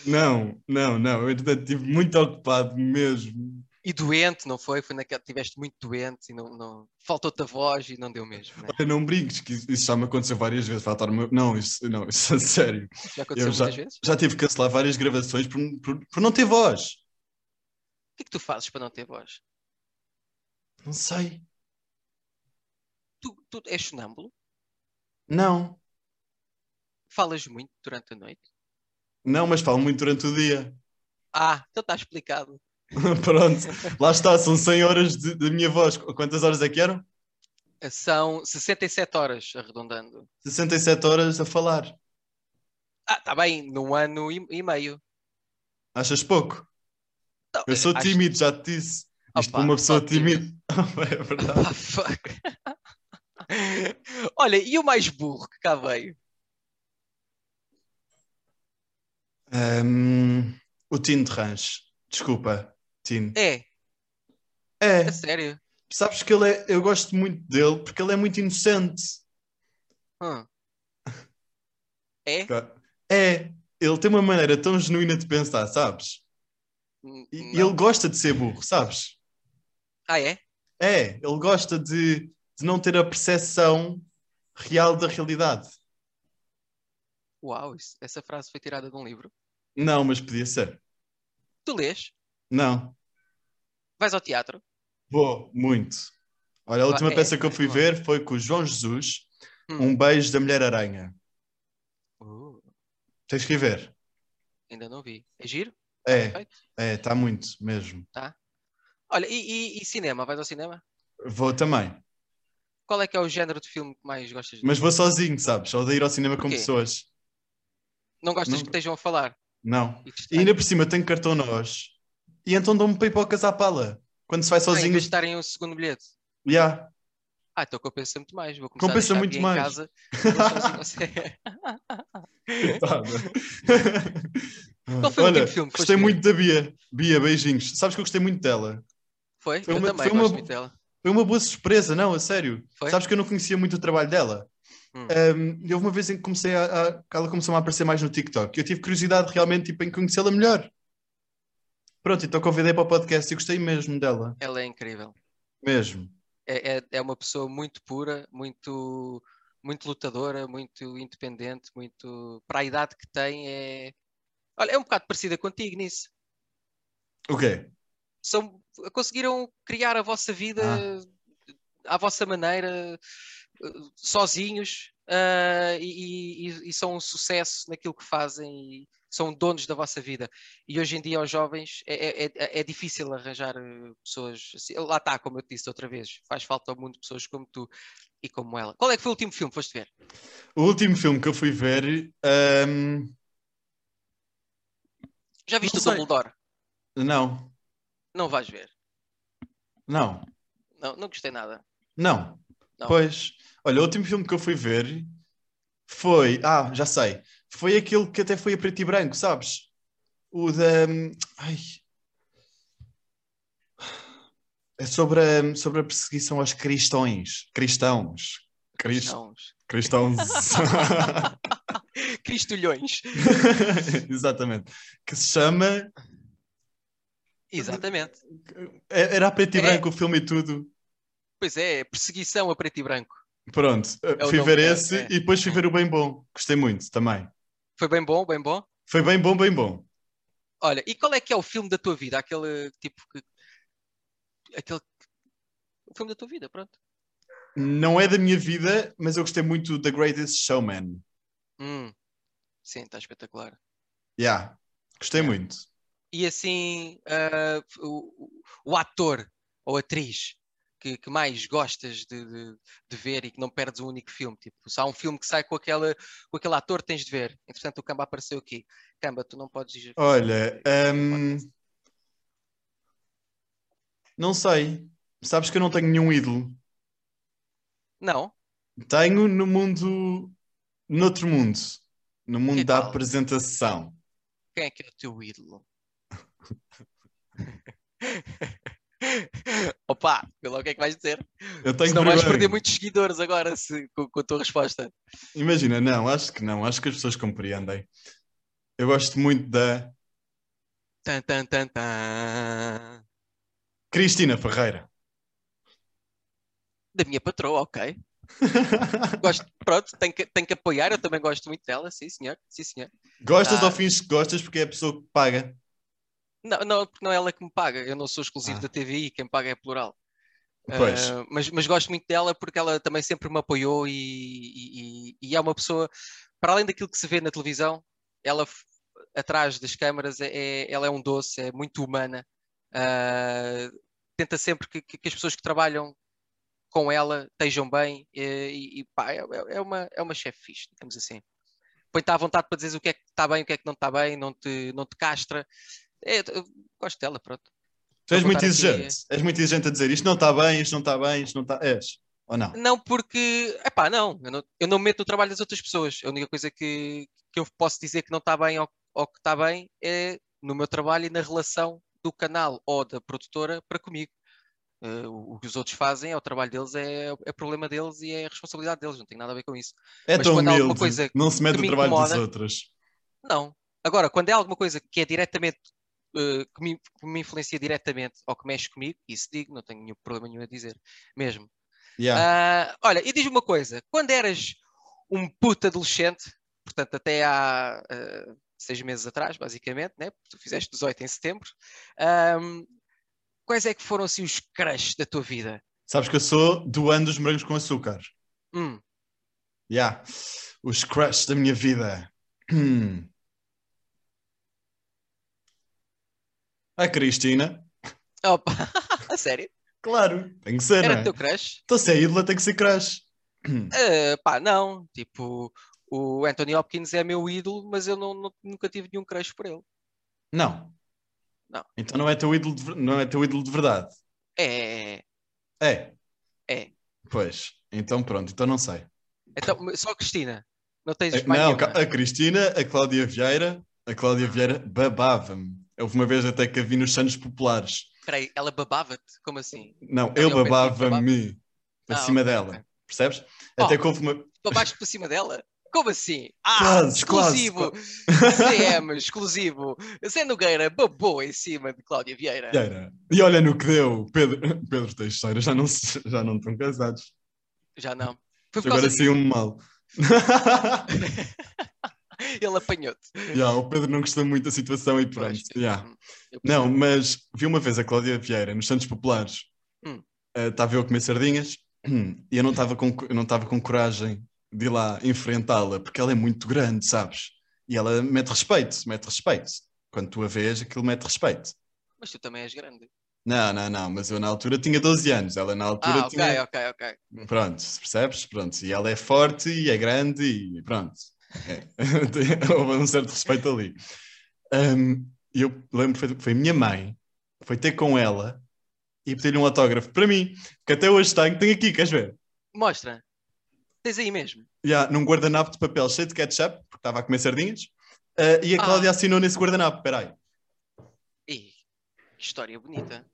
Não, não, não. Eu, entretanto, estive muito ocupado mesmo. E doente, não foi? Foi naquela que estiveste muito doente e não, não... faltou-te a voz e não deu mesmo. Né? Olha, não brinques, que isso já me aconteceu várias vezes. Faltar uma... Não, isso, não, isso é sério. Já aconteceu Eu já- muitas vezes? Já tive que cancelar várias gravações por, por, por não ter voz. O que é que tu fazes para não ter voz? Não sei. Tu, tu és sonâmbulo? Não, Falas muito durante a noite? não, mas falo muito durante o dia. Ah, então está explicado. Pronto, lá está, são 100 horas de- da minha voz. Qu- Quantas horas é que eram? São 67 horas, arredondando. 67 horas a falar. Ah, está bem, num ano e, e meio. Achas pouco? Então, Eu sou acho- tímido, já te disse. Isto Opa, para uma pessoa só tímido. tímida. é verdade. Ah, fuck. Olha, e o mais burro que cá veio? Ahm, o Tino de Ranch. Desculpa, Tino. É, É, é sério. sabes que ele é. Eu gosto muito dele porque ele é muito inocente. Hum. É? É, ele tem uma maneira tão genuína de pensar, sabes? N- E e não. ele gosta de ser burro, sabes? Ah, é? É, ele gosta de, de não ter a percepção real da realidade. Uau, isso- essa frase foi tirada de um livro. Não, mas podia ser. Tu lês? Não. Vais ao teatro? Vou, muito. Olha, a Vá, última é, peça que eu é, fui bom. ver foi com o João Jesus, Hum. Um Beijo da Mulher Aranha. Uh, Tens que ir ver. ainda não vi. É giro? É, Perfeito. é, está muito mesmo. Olha, e, e- e cinema? Vais ao cinema? Vou também. Qual é que é o género de filme que mais gostas de Mas vou sozinho, sabes? Ou de ir ao cinema com Porquê? pessoas. Não gostas não- que estejam a falar? Não. E que E ainda por cima tenho cartão nós. E então dão-me pipocas à pala. Quando se vai Ah, em sozinho. vez de estarem um segundo bilhete. Yeah. Ah, então compensa muito mais. Vou começar Compensa a deixar muito a Bia em mais. casa. Vou sozinho. Coitada. Qual foi o último Olha, filme que foste gostei ver? muito da Bia. Bia, beijinhos. Sabes que eu gostei muito dela. Foi? Foi Eu uma- também foi uma- gosto muito dela. Foi uma boa surpresa, não, a sério. Foi? Sabes que eu não conhecia muito o trabalho dela. Hum. Um, e houve uma vez em que comecei a, a- que ela começou a aparecer mais no TikTok. e Eu tive curiosidade realmente tipo, em conhecê-la melhor. Pronto, então convidei para o podcast e gostei mesmo dela. Ela é incrível. Mesmo. É, é, é uma pessoa muito pura, muito, muito lutadora, muito independente, muito. Para a idade que tem, é. Olha, é um bocado parecida contigo nisso. O quê? São, conseguiram criar a vossa vida Ah. à vossa maneira, eh, sozinhos, ah, e, e- e são um sucesso naquilo que fazem e são donos da vossa vida. E hoje em dia, aos jovens, é, é- é- é difícil arranjar eh, pessoas assim. Lá está, como eu te disse outra vez, faz falta ao mundo pessoas como tu e como ela. Qual é que foi o último filme que foste ver? O último filme que eu fui ver. um, Já viste Não o sei. Dumbledore? não, Não vais ver. não, Não, não gostei nada. não, Não. Pois. Olha, o último filme que eu fui ver foi. Ah, já sei. Foi aquele que até foi a preto e branco, sabes? O da. hum, Ai. É sobre a, sobre a perseguição aos cristões. Cristãos. Cris- Cristãos. Cristãos. Cristolhões. Exatamente. Que se chama. Exatamente. é- Era a preto e É. branco o filme e tudo. Pois é, perseguição a preto e branco. Pronto. o fui nome ver dele, esse é. e depois fui ver o Bem Bom. Gostei muito também. Foi bem bom, bem bom. Foi bem bom, bem bom. Olha, e qual é que é o filme da tua vida? Aquele tipo que. Aquele. O filme da tua vida, pronto. Não é da minha vida, mas eu gostei muito da Greatest Showman. Hum. Sim, está espetacular. Yeah, gostei Yeah. muito. E assim, ah, o, o- o ator ou atriz que, que mais gostas de, de- de ver e que não perdes um único filme? Tipo, se há um filme que sai com, aquela, com aquele ator, tens de ver. Entretanto, o Camba apareceu aqui. Camba, tu não podes ir. Olha, hum, não sei. Sabes que eu não tenho nenhum ídolo. Não. Tenho no mundo. Noutro mundo. No mundo Que da tal? apresentação. Quem é que é o teu ídolo? Opa, pelo o que é que vais dizer? Eu tenho Senão vais primeiro. perder muitos seguidores agora se- com, com a tua resposta. Imagina, não, acho que não. Acho que as pessoas compreendem. Eu gosto muito da Tan, tan, tan, tan. Cristina Ferreira. Da minha patroa, ok. Gosto, pronto, tenho que, tenho que apoiar, eu também gosto muito dela, sim senhor, sim senhor. Gostas Ah. ou fins que gostas porque é a pessoa que paga. Não, não, porque não é ela que me paga, eu não sou exclusivo Ah. da TVI, quem paga é plural. Pois. Ah, mas, mas gosto muito dela porque ela também sempre me apoiou e, e- e- e é uma pessoa, para além daquilo que se vê na televisão, ela f- atrás das câmaras é, é- ela é um doce, é muito humana. Ah, tenta sempre que, que- que as pessoas que trabalham com ela estejam bem eh, e, e pá, é, é- é uma, é uma chefe fixe, digamos assim. Põe-te à vontade para dizer o que é que está bem, o que é que não está bem, não te, não te castra. É, eu gosto dela, pronto. Tu és vou muito dar aqui- exigente. És muito exigente a dizer isto não está bem, isto não está bem, isto não está. És. Ou não? Não, porque, epá, não, eu não, eu não me meto no trabalho das outras pessoas. A única coisa que, que eu posso dizer que não está bem ou, ou que está bem é no meu trabalho e na relação do canal ou da produtora para comigo. Eh, o, o que os outros fazem é o trabalho deles, é, é problema deles e é a responsabilidade deles, não tem nada a ver com isso. É Mas tão quando há alguma humilde. coisa não se mete que no me trabalho dos incomoda- outros. Não. Agora, quando é alguma coisa que é diretamente, eh, que me, que me influencia diretamente ou que mexe comigo, isso digo, não tenho nenhum problema nenhum a dizer, mesmo. Yeah. Ah, olha, e diz-me uma coisa: quando eras um puto adolescente, portanto, até há ah, seis meses atrás, basicamente, né? porque tu fizeste 18 em setembro, ahm, quais é que foram assim os crushes da tua vida? Sabes que eu sou do ano dos morangos com açúcar. Hum, Yeah. Os crush da minha vida. Hum. A Cristina. opa, a sério? Claro, tem que ser, Era não é? teu crush? Então se é ídola tem que ser crush. Ah, pá, não. Tipo, o Anthony Hopkins é meu ídolo, mas eu não- não- nunca tive nenhum crush por ele. Não. Não. Então não é teu ídolo de, ver- não é teu ídolo de verdade. É. É. É. Pois. Então pronto, então não sei. Então, só a Cristina. Não é? Ah. tens A- mais É, não, nenhuma? a Cristina, a Cláudia Vieira, a Cláudia Vieira babava-me. Houve uma vez até que a vi nos Santos Populares. Peraí, ela babava-te? Como assim? Não, Ela eu é o Pedro que babava-me para Ah, cima ok, dela. ok. Percebes? Oh. Até que houve uma. babaste por cima dela? Como assim? Ah, Quase, quase, exclusivo! CM, exclusivo! Zé Nogueira babou em cima de Cláudia Vieira. Vieira. E olha no que deu. Pedro, Pedro Teixeira já não, se- já não estão casados. Já não. Foi por Agora causa disso. saiu-me mal. Ele apanhou-te. Já, o Pedro não gostou muito da situação e pronto. Pois, eu- já. eu Não, percebo. mas vi uma vez a Cláudia Vieira nos Santos Populares. Hum. Eh, Estava eu a comer sardinhas e eu não estava com, eu não estava com coragem de ir lá enfrentá-la, porque ela é muito grande, sabes? E ela mete respeito, mete respeito. Quando tu a vês, aquilo mete respeito. Mas tu também és grande. Não, não, não, mas eu na altura tinha 12 anos, ela na altura Ah, ok, tinha. ok, ok. Pronto, percebes? Pronto, e ela é forte e é grande e pronto. É. Houve um certo respeito ali. Ahm, E eu lembro que foi, foi a minha mãe, que foi ter com ela e pedir-lhe um autógrafo para mim, que até hoje tenho, tenho aqui, queres ver? Mostra. Tens aí mesmo. Já, num guardanapo de papel cheio de ketchup, porque estava a comer sardinhas, ah, e a Ah. Cláudia assinou nesse guardanapo, peraí. Ih, que história bonita.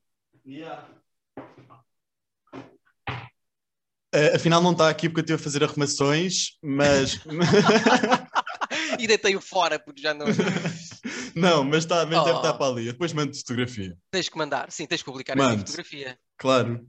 Ah, afinal não está aqui porque eu estive a fazer arrumações, mas... E deitei-o fora porque já não. não, mas, está, mas deve Oh. estar para ali. Eu depois mando fotografia. tens que mandar. Sim, tens que publicar a Mando. fotografia. Claro.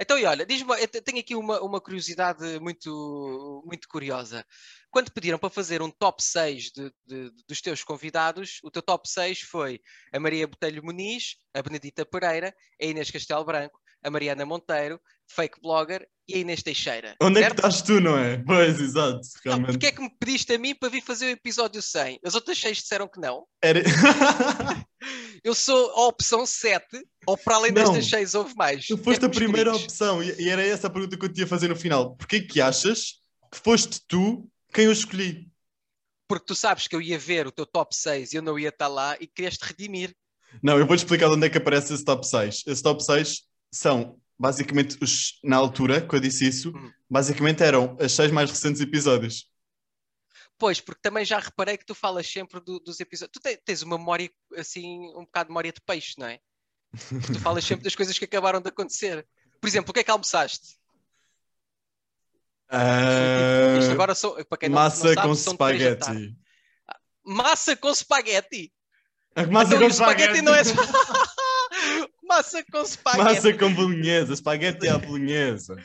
Então, e olha, diz-me, eu te- tenho aqui uma, uma curiosidade muito, muito curiosa. Quando pediram para fazer um top 6 de- de- dos teus convidados, o teu top 6 foi a Maria Botelho Muniz, a Benedita Pereira, a Inês Castelo Branco, a Mariana Monteiro, Fake Blogger e a Inês Teixeira. Onde é que certo? estás tu, não é? Pois, exato, Não, realmente. porque é que me pediste a mim para vir fazer o episódio 100? As outras 6 disseram que não. Era- Eu sou a opção 7, ou para além Não. destas 6 houve mais. É tu Quero foste que a me primeira expliques. opção e, e era essa a pergunta que eu te ia fazer no final. Porquê que achas que foste tu quem eu escolhi? porque tu sabes que eu ia ver o teu top 6 e eu não ia estar lá e querias te redimir. Não, eu vou-te explicar de onde é que aparece esse top 6. Esse top 6 são basicamente, os- na altura que eu disse isso, Hum. basicamente eram as seis mais recentes episódios. Pois, porque também já reparei que tu falas sempre do- dos episódios. Tu te- tens uma memória assim, um bocado de memória de peixe, não é? Porque tu falas sempre das coisas que acabaram de acontecer. Por exemplo, o que é que almoçaste? Ah, Isto agora são, para quem não, massa não sabe, com são três da tarde. espaguete. Massa com espaguete. Ah, Massa Então, com o espaguete espaguete. não é massa com espaguete. Massa com bolonhesa. Espaguete à bolonhesa.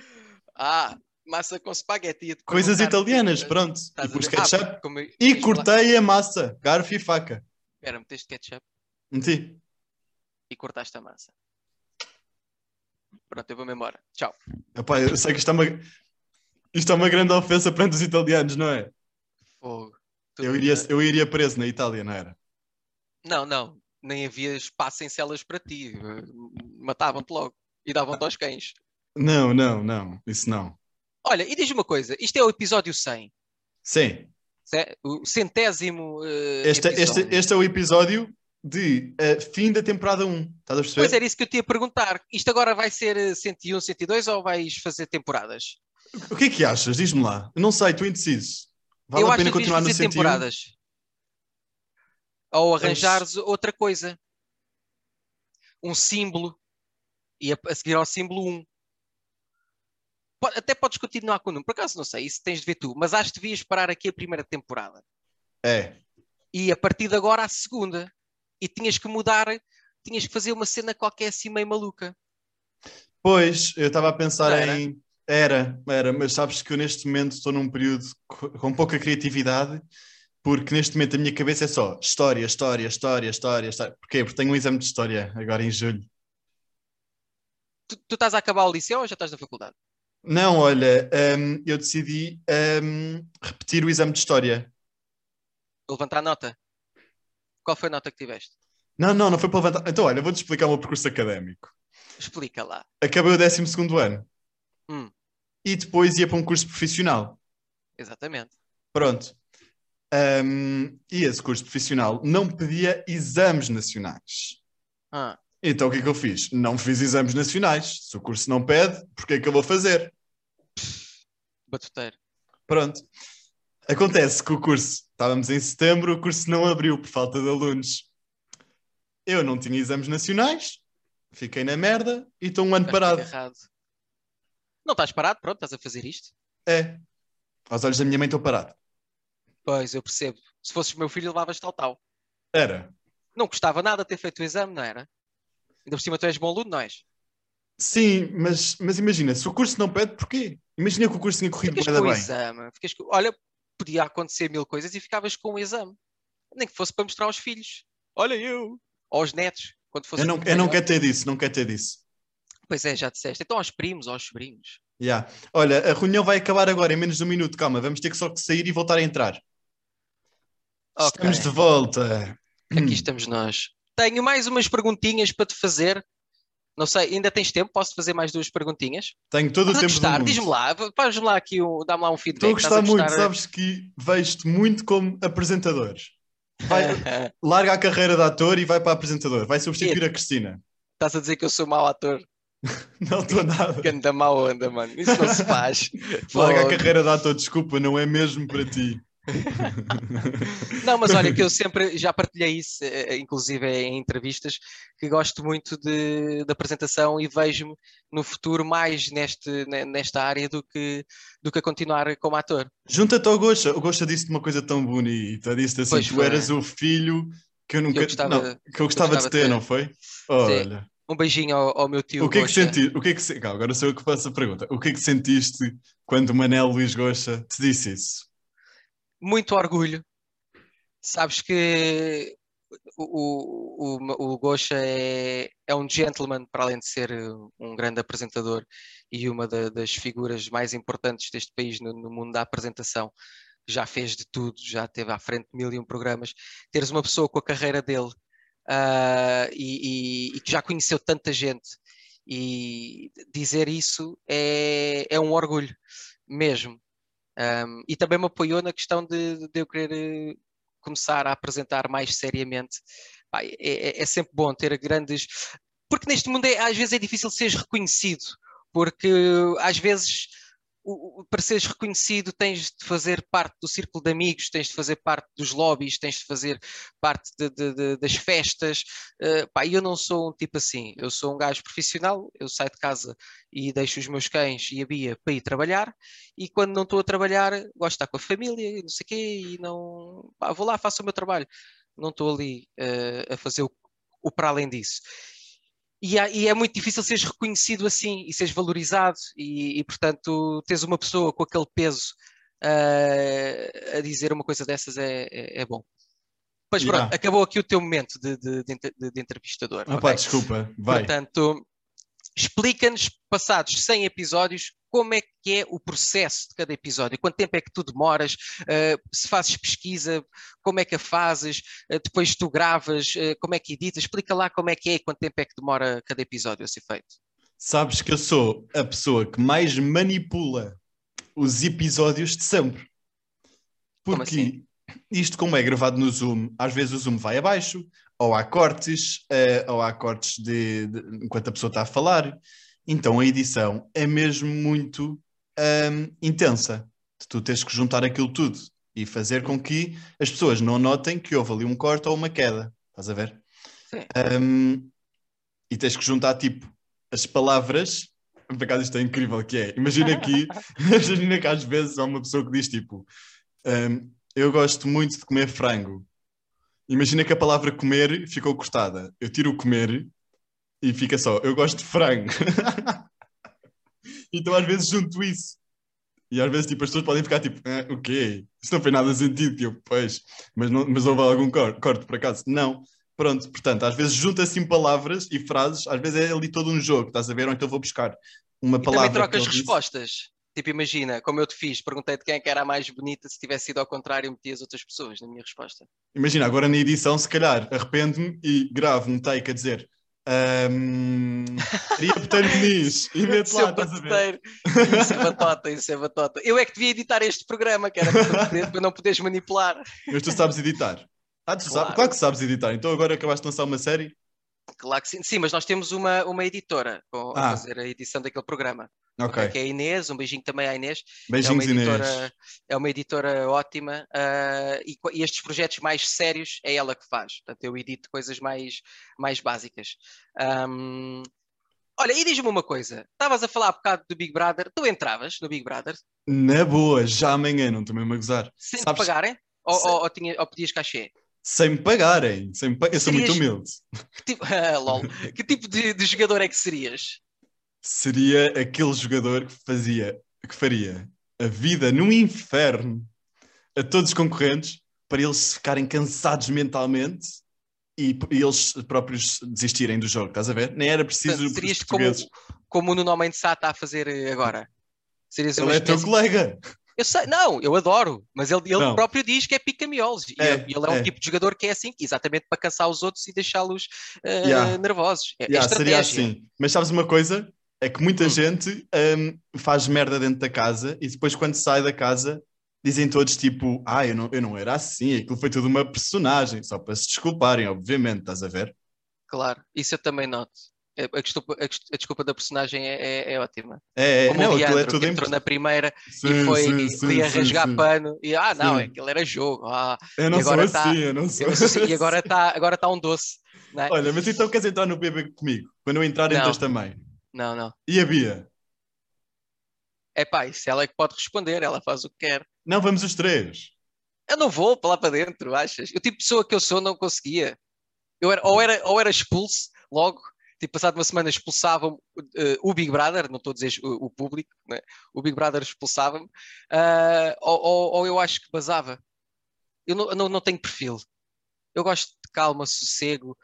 Ah, massa com espaguete. Ia-te Coisas perguntar- italianas, eh, pronto. estás E a pus ver? Ah, ketchup. como eu- E ias falar- cortei a massa. Garfo e faca. Espera, meteste ketchup Meti. e cortaste a massa. Pronto, eu vou-me embora. Tchau. Epá, eu sei que isto é uma, isto é uma grande ofensa perante os italianos, não é? Fogo. Tudo é? Eu iria, na- eu iria preso na Itália, não era? Não, não. Nem havia espaço em celas para ti. Eh, Matavam-te logo e davam-te aos cães. Não, não, não. Isso não. Olha, e diz-me uma coisa: isto é o episódio 100, Sim. ce- o centésimo. eh, Este, este, episódio. este é o episódio de eh, fim da temporada 1. Estás a perceber? Pois era isso que eu te ia perguntar. Isto agora vai ser eh, 101, 102 ou vais fazer temporadas? O que é que achas? Diz-me lá. Eu não sei, tu indeciso. Vale eu a acho pena que devias continuar no fazer 101? temporadas. Ou arranjares outra coisa. Um símbolo. E a, a seguir ao símbolo 1. Po- até podes continuar com o número. Por acaso não sei, isso tens de ver tu. Mas acho que devias parar aqui a primeira temporada. É. E a partir de agora a segunda. E tinhas que mudar, tinhas que fazer uma cena qualquer assim meio maluca. Pois, eu estava a pensar Não era? em. Era, era, mas sabes que eu neste momento estou num período co- com pouca criatividade, porque neste momento a minha cabeça é só história, história, história, história, história. Porquê? Porque tenho um exame de história agora em julho. Tu, tu estás a acabar o liceu ou já estás na faculdade? Não, olha, hum, eu decidi hum, repetir o exame de história. Vou levantar a nota. Qual foi a nota que tiveste? Não, não, não foi para levantar. Então, olha, vou-te explicar o meu percurso académico. Explica lá. Acabei o 12 segundo ano Hum. e depois ia para um curso profissional. Exatamente. Pronto. Hum, e esse curso profissional não pedia exames nacionais. Ah, Então o que é que eu fiz? Não fiz exames nacionais. Se o curso não pede, porque é que eu vou fazer? batuteiro. Pronto. Acontece que o curso, estávamos em setembro, o curso não abriu por falta de alunos. Eu não tinha exames nacionais, fiquei na merda e estou um ano Estás parado. agarrado. Tá Não estás parado, pronto, estás a fazer isto. É. Aos olhos da minha mãe estou parado. Pois, eu percebo. Se fosses meu filho, levavas tal, tal. Era. Não custava nada ter feito o exame, não era? Ainda por cima tu és bom aluno, não és? Sim, mas, mas imagina, se o curso não pede, porquê? Imagina que o curso tinha corrido Ficas bué da com o bem. exame. Ficas com... Olha, podia acontecer mil coisas e ficavas com o exame. Nem que fosse para mostrar aos filhos. Olha eu. Ou aos netos. Quando fosse Eu não, eu não quero ter disso, não quero ter disso. Pois é, já disseste. Então aos primos, aos sobrinhos. Ya. Olha, a reunião vai acabar agora em menos de um minuto. Calma, vamos ter que só que sair e voltar a entrar. Ok. é Estamos de volta. Aqui estamos nós. Tenho mais umas perguntinhas para te fazer. Não sei, ainda tens tempo? Posso fazer mais duas perguntinhas? Tenho todo o Estás a tempo do gostar? mundo. Diz-me lá, v- faz-me lá aqui, um, dá-me lá um feedback. Estou a Estás gostar muito, sabes que vejo-te muito como apresentador. É. Vai- eh, larga a carreira de ator e vai para apresentador. Vai substituir a Cristina. Estás a dizer que eu sou mau ator? Não estou nada. Que anda mau onda, mano. Isso não se faz. Larga a Fogo. carreira de ator, desculpa, não é mesmo para ti. Não, mas olha, que eu sempre já partilhei isso, eh, eh, inclusive em entrevistas, que gosto muito de, da apresentação e vejo-me no futuro mais neste, ne- nesta área do que, do que a continuar como ator. Junta-te ao Gosta. O Gosta disse-te uma coisa tão bonita. Disse-te assim: Pois tu foi. eras o filho que eu nunca. Que eu gostava- não, que eu gostava de gostava de ter, ter. não foi? Olha. Um beijinho ao, ao meu tio. O que é que Gosta. sentiste? O que é que se- Calma, agora sou eu que faço a pergunta. O que é que sentiste quando o Manel Luís Gosta te disse isso? muito orgulho. Sabes que o, o, o, o Gosha é, é um gentleman, para além de ser uh, um grande apresentador e uma da- das figuras mais importantes deste país no, no mundo da apresentação. Já fez de tudo, já teve à frente de mil e um programas. Teres uma pessoa com a carreira dele ah, e, e- e que já conheceu tanta gente e dizer isso é, é um orgulho mesmo. Um, e também me apoiou na questão de, de eu querer eh, começar a apresentar mais seriamente. Pá, é, é- é sempre bom ter grandes. Porque neste mundo é- às vezes é difícil seres reconhecido, porque às vezes o- o- para seres reconhecido tens de fazer parte do círculo de amigos, tens de fazer parte dos lobbies, tens de fazer parte de- de- de- das festas. Eh, pá, eu não sou um tipo assim, eu sou um gajo profissional, eu saio de casa e deixo os meus cães e a Bia para ir trabalhar e quando não estou a trabalhar gosto de estar com a família e não sei o quê e não... pá, vou lá, faço o meu trabalho. Não estou ali eh, a fazer o, o para além disso. E, há- e é muito difícil seres reconhecido assim e seres valorizado e, e, portanto, teres uma pessoa com aquele peso eh, a dizer uma coisa dessas é, é, é bom. Pois Yeah. pronto, acabou aqui o teu momento de, de- de inter- de- de entrevistador. Ah, ok? pá, desculpa, vai. Portanto, explica-nos, passados 100 episódios, como é que é o processo de cada episódio, quanto tempo é que tu demoras, eh, se fazes pesquisa, como é que a fazes, eh, depois tu gravas, eh, como é que editas, explica lá como é que é e quanto tempo é que demora cada episódio a ser feito. Sabes que eu sou a pessoa que mais manipula os episódios de sempre. Como Porque assim? isto, como é gravado no Zoom, às vezes o Zoom vai abaixo, ou há cortes, eh, ou há cortes de, de- enquanto a pessoa está a falar. Então a edição é mesmo muito ahm, intensa. de Tu tens que juntar aquilo tudo e fazer com que as pessoas não notem que houve ali um corte ou uma queda. Estás a ver? Sim. Ahm, e tens que juntar tipo as palavras. Por acaso isto é incrível que é. Imagina aqui, imagina que às vezes há uma pessoa que diz tipo "Hum, eu gosto muito de comer frango. Imagina que a palavra comer ficou cortada. Eu tiro o comer e fica só eu gosto de frango. então às vezes junto isso. E às vezes tipo, as pessoas podem ficar tipo, ah, o quê? Isso não fez nada sentido. Tipo, pois, mas, não, mas houve algum cor- corte por acaso? Não. Pronto, portanto, às vezes junta assim palavras e frases, às vezes é ali todo um jogo, estás a ver? Ou então vou buscar uma E palavra. também trocas que ele disse. respostas. Tipo, imagina, como eu te fiz, perguntei-te quem é que era a mais bonita, se tivesse sido ao contrário, meti as outras pessoas na minha resposta. Imagina, agora na edição, se calhar, arrependo-me e gravo um take a dizer. Um, queria botar Diniz e meto lá, Seu estás a ver? pateteiro. Isso é batota, isso é batota. Eu é que devia editar este programa, que era para não poder- para não poderes manipular. Mas tu sabes editar. Ah, tu Claro. sabes, claro que sabes editar. Então agora acabaste de lançar uma série? Claro que sim. Sim, mas nós temos uma, uma editora com- a Ah. fazer a edição daquele programa. Ok. Que é a Inês, um beijinho também à Inês. Beijinhos, é uma editora, Inês. É uma editora ótima ah, e, co- e estes projetos mais sérios é ela que faz. Portanto, eu edito coisas mais, mais básicas. Ahm, olha, e diz-me uma coisa. Estavas a falar há bocado do Big Brother. Tu entravas no Big Brother Na boa, já amanhã, não estou mesmo a gozar. sem Sabes- te pagarem? Ou, Sim. ou- ou tinha- ou pedias cachê? Sem me pagarem. Sem me pa- Eu sou muito Serias- humilde. Que tipo, Ah, lol. Que tipo de, de jogador é que serias? seria aquele jogador que fazia, que faria a vida num inferno a todos os concorrentes para eles ficarem cansados mentalmente e, p- e eles próprios desistirem do jogo, estás a ver? Nem era preciso Portanto, os serias como, portugueses. como o Nuno Homem de Sá está a fazer eh, agora. Serias uma Ele é teu espécie- colega. Eu sei, não, eu adoro, mas ele, ele Não. próprio diz que é pica-miolos. E É, ele- ele é um é. tipo de jogador que é assim, exatamente para cansar os outros e deixá-los eh, Yeah. nervosos. É, é Yeah, seria estratégia. assim. Mas sabes uma coisa? É que muita Hum. gente hum, faz merda dentro da casa e depois quando sai da casa dizem todos tipo, ah, eu não, eu não era assim, aquilo foi tudo uma personagem, só para se desculparem, obviamente, estás a ver? Claro, isso eu também noto. É, A desculpa, a des- a desculpa da personagem é, é- é ótima. É, é, Como não, o aquilo Leandro, é tudo que em... entrou na primeira Sim, e foi sim, e- sim, ali a sim, rasgar sim. pano. E ah, não, Sim. aquilo era jogo. Ah, Eu não e sou agora assim, tá- eu não sou eu não sei se- assim. e agora está agora tá um doce. não é? Olha, mas então queres entrar no BB comigo? Quando eu entrar, entras Não. também. Não, não. E a Bia? É pá, isso ela é que pode responder, ela faz o que quer. Não, vamos os três. Eu não vou para lá para dentro, achas? O tipo de pessoa que eu sou não conseguia. Eu era, ou, era, ou era expulso logo, tipo, passado uma semana expulsavam eh, o Big Brother, não estou a dizer o, o público, né? o Big Brother expulsava-me, ah, ou, ou- ou eu acho que basava. Eu não, não, não tenho perfil. Eu gosto de calma, sossego,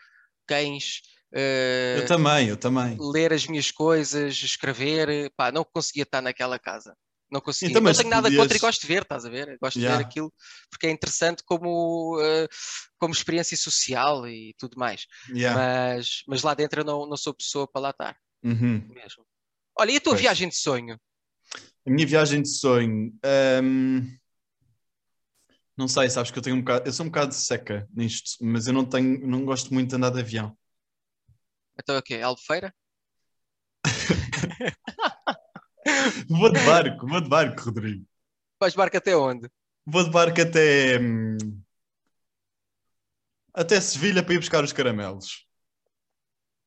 cães, ah, Eu também, eu também. ler as minhas coisas, escrever, pá, não conseguia estar naquela casa. Não conseguia. Então, não mas tenho nada podias- contra e gosto de ver, estás a ver? Gosto de ver Yeah. aquilo porque é interessante como, eh, como experiência social e tudo mais. Yeah. Mas, mas lá dentro eu não, não sou pessoa para lá estar Uhum. mesmo. Olha, e a tua Pois. viagem de sonho? A minha viagem de sonho. hum, Não sei, sabes que eu tenho um bocado. Eu sou um bocado seca nisto, mas eu não tenho, não gosto muito de andar de avião. Então é o quê? Albufeira? Vou de barco, vou de barco, Rodrigo. Vais de barco até onde? Vou de barco até. hum, Até Sevilha para ir buscar os caramelos.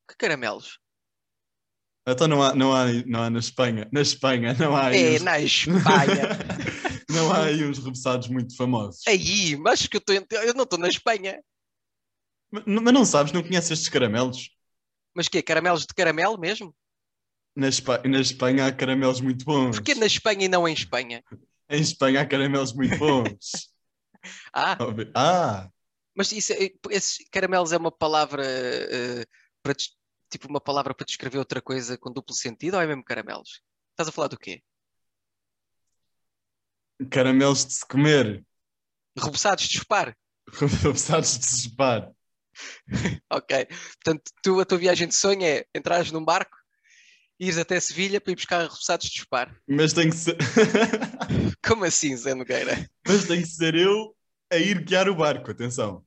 Que caramelos? Então não há, não há, não há na Espanha. Na Espanha não há aí. É, uns- na Espanha. não há aí uns rebuçados muito famosos. Aí, mas que eu, tô, em- eu não estou na Espanha. Mas, mas não sabes, não conheces estes caramelos? Mas que é, Caramelos de caramelo mesmo? Na, Espa- na Espanha há caramelos muito bons. Porquê na Espanha e não em Espanha? Em Espanha há caramelos muito bons. Ah, Óbvio. ah, mas isso, é- esses caramelos é uma palavra eh, para des- tipo uma palavra para descrever outra coisa com duplo sentido ou é mesmo caramelos? Estás a falar do quê? caramelos de se comer. Rebuçados de chupar? Rebuçados de se chupar. Ok. Portanto, tu, a tua viagem de sonho é entrares num barco, ires até Sevilha para ir buscar rebuçados de chupar. Mas tem que ser. Como assim, Zé Nogueira? Mas tem que ser eu a ir guiar o barco, atenção.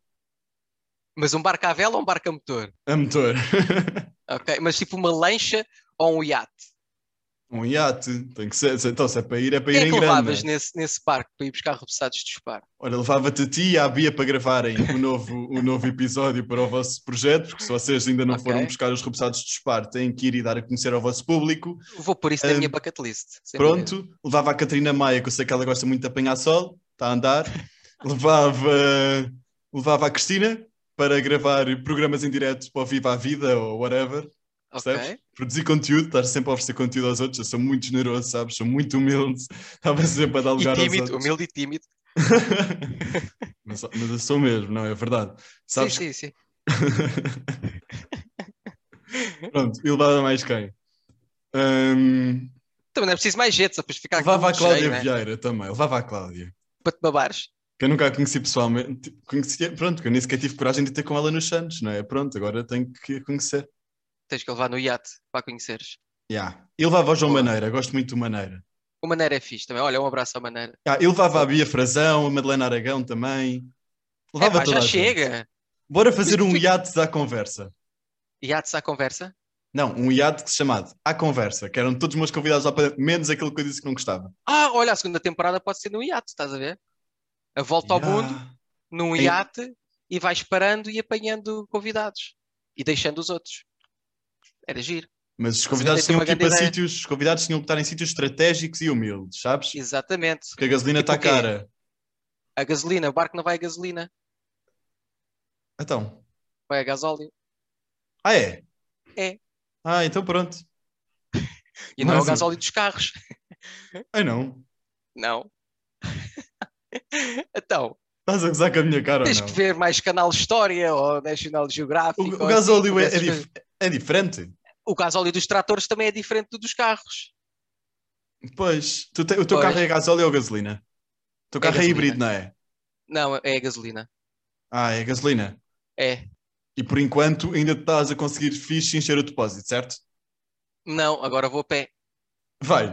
Mas um barco à vela ou um barco a motor? A motor. Ok. Mas tipo uma lancha ou um iate? Um iate. Tem que ser. Então, se é para ir, é para Quem ir é em que levavas grande. nesse, nesse barco para ir buscar rebuçados de chupar? Olha, levava-te a ti e à Bia para gravarem o novo, o novo episódio para o vosso projeto, porque se vocês ainda não Ok. foram buscar os rebuçados de disparo, têm que ir e dar a conhecer ao vosso público. Vou pôr isso na Ah, minha bucket list. sem dúvida. Pronto, levava a Catarina Maia, que eu sei que ela gosta muito de apanhar sol, está a andar. Levava, levava a Cristina para gravar programas em direto para o Viva a Vida ou whatever. Percebes? Ok. Produzir conteúdo, estar sempre a oferecer conteúdo aos outros. Eu sou muito generoso, sabes? Sou muito humilde. Estava sempre a dar E lugar aos tímido, outros. humilde e tímido. mas, mas eu sou mesmo, não é verdade? Sabes? Sim, sim, sim. que- Pronto, e levava mais quem? Ahm, Também não é preciso mais gente, só para ficar levava a muito cheio, Cláudia né? Vieira também. Levava a Cláudia. Para te babares. que eu nunca a conheci pessoalmente, tipo, conhecia, pronto, que eu nem sequer tive coragem de ter com ela nos Santos, não é? Pronto, agora tenho que a conhecer. Tens que levar no iate para a conheceres. Yeah. E levava o João Boa. Maneira, gosto muito do Maneira. O Maneira é fixe também. Olha, um abraço ao Maneira. Ah, eu levava a Bia Frazão, a Madalena Aragão também. Levava Epá, toda a já gente. chega. Bora fazer um Fica- iates à conversa. Iates à conversa. Não, um iate chamado À Conversa, que eram todos os meus convidados lá para menos aquele que eu disse que não gostava. Ah, olha, a segunda temporada pode ser num iate, estás a ver? A volta ao Yeah. mundo, num Em- iate, e vais parando e apanhando convidados. E deixando os outros. Era giro. Mas os Tem convidados tinham uma que ir grande para ideia. sítios, os convidados tinham que estar em sítios estratégicos e humildes, sabes? Exatamente. Porque a gasolina Tipo está o quê? cara. A gasolina, o barco não vai a gasolina, Então. vai a gasóleo. Ah, é? É. Ah, então pronto. E não é o Mas o- gasóleo dos carros. Ai não. Não. Então, Estás a gozar com a minha cara ou tens que não? ver mais Canal História ou National Geographic. O, ou o gasóleo tipo é, é, dessas dif- coisas. é diferente. O gasóleo dos tratores também é diferente do dos carros. Pois. Tu te- o teu Pois. carro é gasóleo ou gasolina? O teu É carro é, gasolina. híbrido, não é? Não, é a gasolina. Ah, é gasolina. É. E por enquanto ainda estás a conseguir fixe encher o depósito, certo? Não, agora vou a pé. Vai.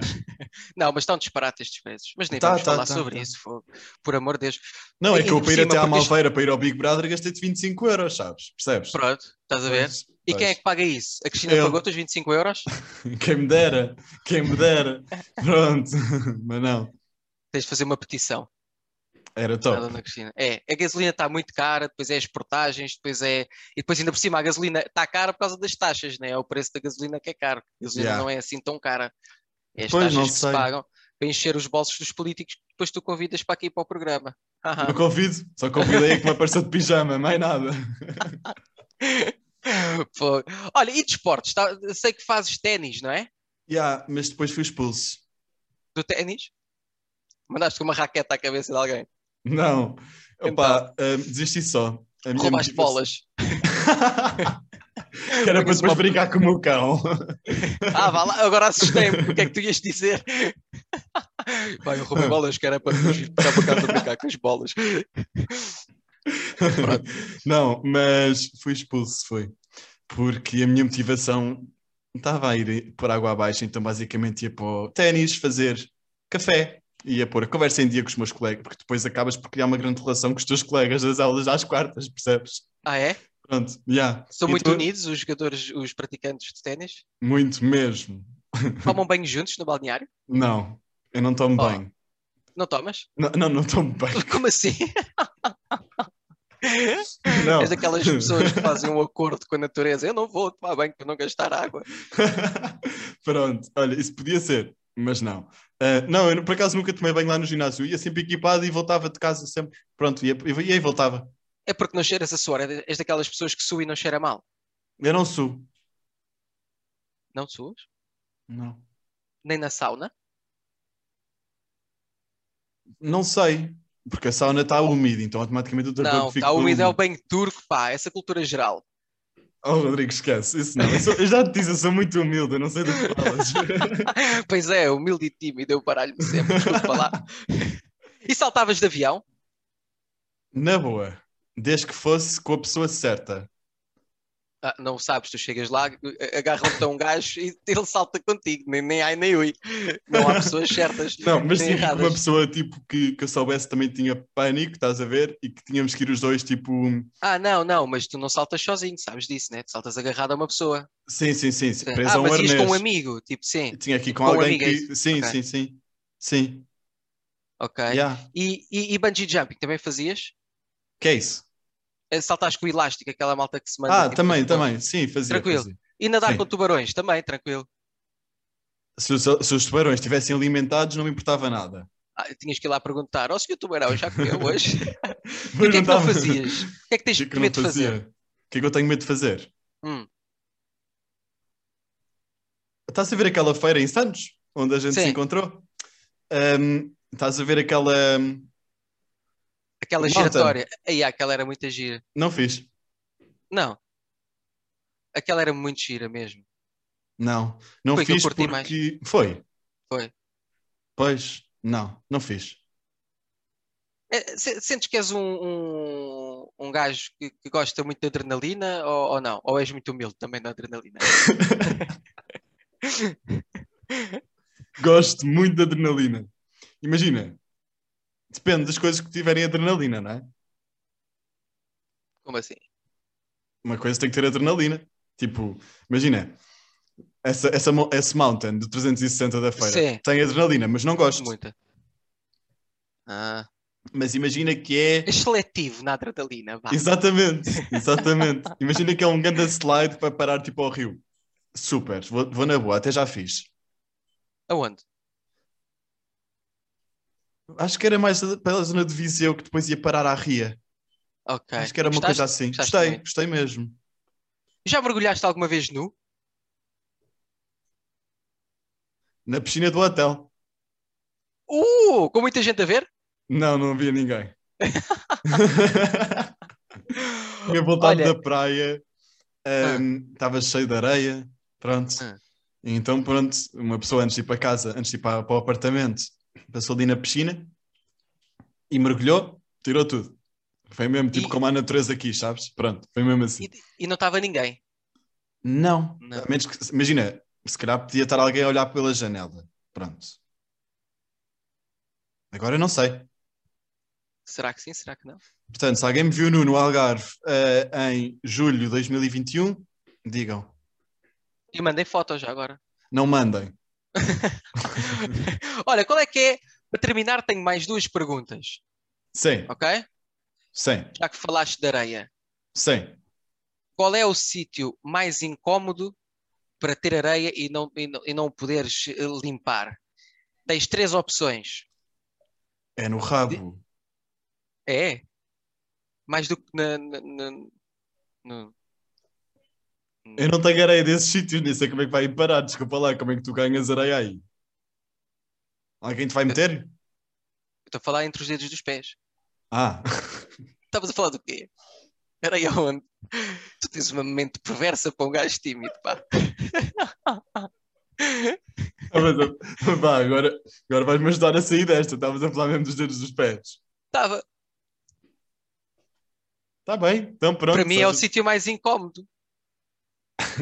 Não, mas estão disparates estes preços. Mas nem Tá, vamos tá, falar tá, sobre tá. isso, fogo. por amor de Deus. Não, é que eu Ainda por para ir cima, até à porque isto- Malveira para ir ao Big Brother gastei-te 25 euros, sabes? Percebes? Pronto, estás a ver? Pois, E quem é que paga isso? A Cristina Eu. pagou-te os 25 euros? pois. Quem me dera, quem me dera. Pronto. Mas não, Tens de fazer uma petição. era à top. Dona Cristina. É, a gasolina está muito cara, depois é as portagens, depois é. E depois ainda por cima a gasolina está cara por causa das taxas, né? É o preço da gasolina que é caro. A gasolina Yeah. não é assim tão cara. É as Pois, taxas não que sei. se pagam para encher os bolsos dos políticos que depois tu convidas para aqui para o programa. Haha. Não convido, só convidei a que me apareceu de pijama, mais nada. Fogo. Olha, e de esportes? Tá- Sei que fazes ténis, não é? Yeah, mas depois fui expulso. Do ténis? Mandaste com uma raqueta à cabeça de alguém. Não. Opa, ah, desisti só. A minha Então. Roubaste motivação- bolas. que era para depois Punhas uma- brincar com o meu cão. Ah, vá lá, agora assustei-me. O que é que tu ias dizer? Vai, eu roubei bolas, que era para fugir para cá para brincar com as bolas. Não, mas fui expulso, foi. Porque a minha motivação estava a ir por água abaixo, então basicamente ia para o ténis, fazer café. Ia pôr a conversa em dia com os meus colegas, porque depois acabas por criar uma grande relação com os teus colegas das aulas às quartas, percebes? Ah, é? Pronto, já. São E muito tu- unidos os jogadores, os praticantes de ténis. Muito mesmo. Tomam banho juntos no balneário? Não, eu não tomo Oh. bem. Não tomas? Não, não, não tomo bem. Como assim? Não. És daquelas pessoas que fazem um acordo com a natureza. Eu não vou tomar banho para não gastar água. Pronto, olha, isso podia ser, mas não. Ah, não, eu não- por acaso nunca tomei banho lá no ginásio. Eu ia sempre equipado e voltava de casa sempre. Pronto, ia- ia- e aí voltava. É porque não cheiras a suor. é- És daquelas pessoas que suam e não cheira mal. Eu não subo. Não suas? Não. Nem na sauna? Não sei, porque a sauna está úmida, então automaticamente o teu Não, corpo fica está todo úmido é o banho turco, pá. Essa cultura geral. Oh, Rodrigo, esquece. Isso não. Eu, sou- eu já te disse, eu sou muito humilde, eu não sei do que falas. Pois é, humilde e tímido, eu baralho-me sempre, desculpa lá. E saltavas de avião? Na boa, desde que fosse com a pessoa certa. Ah, não sabes, tu chegas lá, agarram-te a um gajo e ele salta contigo, nem, nem ai nem ui. Não há pessoas certas. Não, mas nem sim, com uma erradas. pessoa tipo que, que eu soubesse também tinha pânico, estás a ver? E que tínhamos que ir os dois, tipo. Ah, não, não, mas tu não saltas sozinho, sabes disso, né? Tu saltas agarrado a uma pessoa. Sim, sim, sim, sim, preso ah, a um mas ias arnês. com um amigo, tipo, sim, Tinha aqui com com um alguém amigo, é que. Sim, Ok. É? sim, sim. Sim, ok. yeah. E, e, e bungee jumping também fazias? Que é isso? Eh, Saltaste com o elástico, aquela malta que se manda. Ah, tipo, também, tipo, também. Sim, fazia. Tranquilo. fazia. E nadar Sim. com tubarões, também, tranquilo. Se, os- se os tubarões estivessem alimentados, não me importava nada. Ah, tinhas que ir lá perguntar, ó oh, senhor tubarão, já comeu hoje? Mas E o que é que não estava- fazias? O que é que O tens que é que eu medo não de fazer? fazia? O que é que eu tenho medo de fazer? Hum. Estás a ver aquela feira em Santos, onde a gente se Sim. encontrou? Ahm, estás a ver aquela. hum, Aquela Malta. giratória. Aí, aquela era muita gira. Não fiz. Não. Aquela era muito gira mesmo. Não. Não Foi que eu fiz curti porque. mais. Foi. Foi. Pois, não, não fiz. É, se- Sentes que és um, um, um gajo que, que gosta muito de adrenalina ou, ou não? Ou és muito humilde também na adrenalina? Gosto muito de adrenalina. Imagina. Depende das coisas que tiverem adrenalina, não é? Como assim? Uma coisa tem que ter adrenalina. Tipo, imagina. Essa, essa, mo- esse mountain de 360 da feira Sim. tem adrenalina, mas não gosto. Muita. Ah, Mas imagina que é. és seletivo na adrenalina, vá. Exatamente, exatamente. Imagina que é um grande slide que vai parar tipo ao rio. Super, vou, vou na boa, até já fiz. Aonde? Acho que era mais a- pela zona de Viseu que depois ia parar à Ria. Ok. Acho que era uma Gostaste? coisa assim. Gostaste gostei, também? gostei mesmo. Já mergulhaste alguma vez nu? Na piscina do hotel. Uh, com muita gente a ver? Não, não havia ninguém. Tinha voltado Olha. da praia, ahm, estava cheio de areia. Pronto. Ah. Então, pronto, uma pessoa antes de ir para casa, antes de ir para, para o apartamento, passou ali na piscina e mergulhou, tirou tudo. Foi mesmo tipo E- como a natureza aqui, sabes? Pronto, foi mesmo assim. E, e não estava ninguém. Não. Não. A menos que, imagina, se calhar podia estar alguém a olhar pela janela. Pronto. Agora eu não sei. Será que sim? Será que não? Portanto, se alguém me viu nu no Algarve eh, em julho de 2021, digam. E mandei fotos já agora. Não mandem. Olha, qual é que é? Para terminar, tenho mais duas perguntas, Sim, ok? sim, Já que falaste de areia, sim. qual é o sítio mais incómodo para ter areia e não, e não, e não poderes eh, limpar? Tens três opções. É no rabo. É? Mais do que na. na- na- no- Eu não tenho areia desses sítios, nem sei como é que vai ir parar. Desculpa lá, como é que tu ganhas areia aí? Alguém te vai meter? Estou a falar entre os dedos dos pés. Ah, Estavas a falar do quê? Areia onde? Tu tens uma mente perversa para um gajo tímido, pá. Mas, vá, agora, agora vais-me ajudar a sair desta. Estavas a falar mesmo dos dedos dos pés. Estava. Está bem, então pronto. Para mim é o sabes- sítio mais incómodo.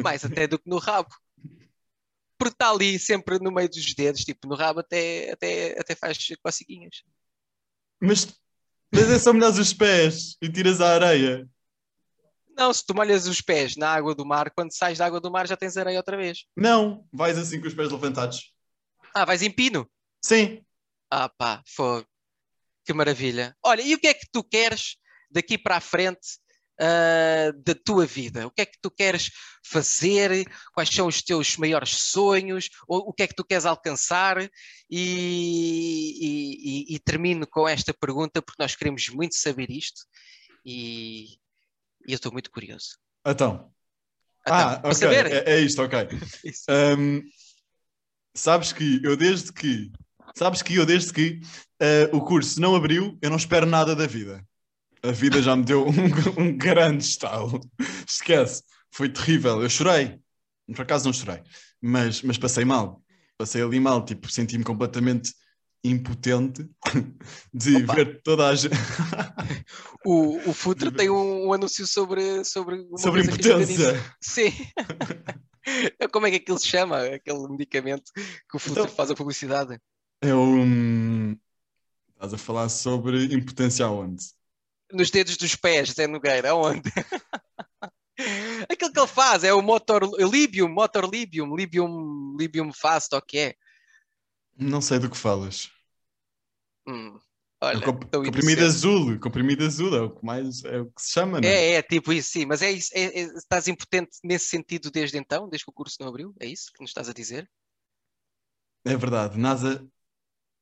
Mais até do que no rabo. Porque está ali sempre no meio dos dedos, tipo, no rabo até, até, até faz cociguinhas. Mas, mas é só molhar os pés e tiras a areia. Não, se tu molhas os pés na água do mar, quando sais da água do mar já tens areia outra vez. Não, vais assim com os pés levantados. Ah, vais em pino. Sim. Ah pá, fogo. Que maravilha. Olha, e o que é que tu queres daqui para a frente ah, da tua vida? O que é que tu queres fazer? Quais são os teus maiores sonhos? O, o que é que tu queres alcançar? E, e- e- e termino com esta pergunta, porque nós queremos muito saber isto e, e eu estou muito curioso. Então. Então, ah, para ok. saber. É, é isto, ok. Isso. Ahm, sabes que eu desde que. Sabes que eu desde que ah, o curso não abriu, eu não espero nada da vida. A vida já me deu um, um grande estalo. Esquece. Foi terrível. Eu chorei. Por acaso não chorei. Mas, mas passei mal. Passei ali mal. Tipo, senti-me completamente impotente de Opa. ver toda a gente. O, o Futre tem um, um anúncio sobre sobre, uma Sobre coisa que ajuda impotência. nisso. Sim. Como é que aquilo se chama? Aquele medicamento que o Futre Então- faz a publicidade? É um. Estás a falar sobre impotência aonde? Nos dedos dos pés, Zé Nogueira, aonde? Aquilo que ele faz é o motor libium, motor libium, libium, libium fast, ou o que é? Não sei do que falas. Hum, É olha, o comp- tão comprimido inocente. azul, comprimido azul é o que mais é o que se chama, não é? É, é, tipo isso, sim, mas é isso, é- é- estás impotente nesse sentido desde então, desde que o curso não abriu? É isso que nos estás a dizer? É verdade, nada,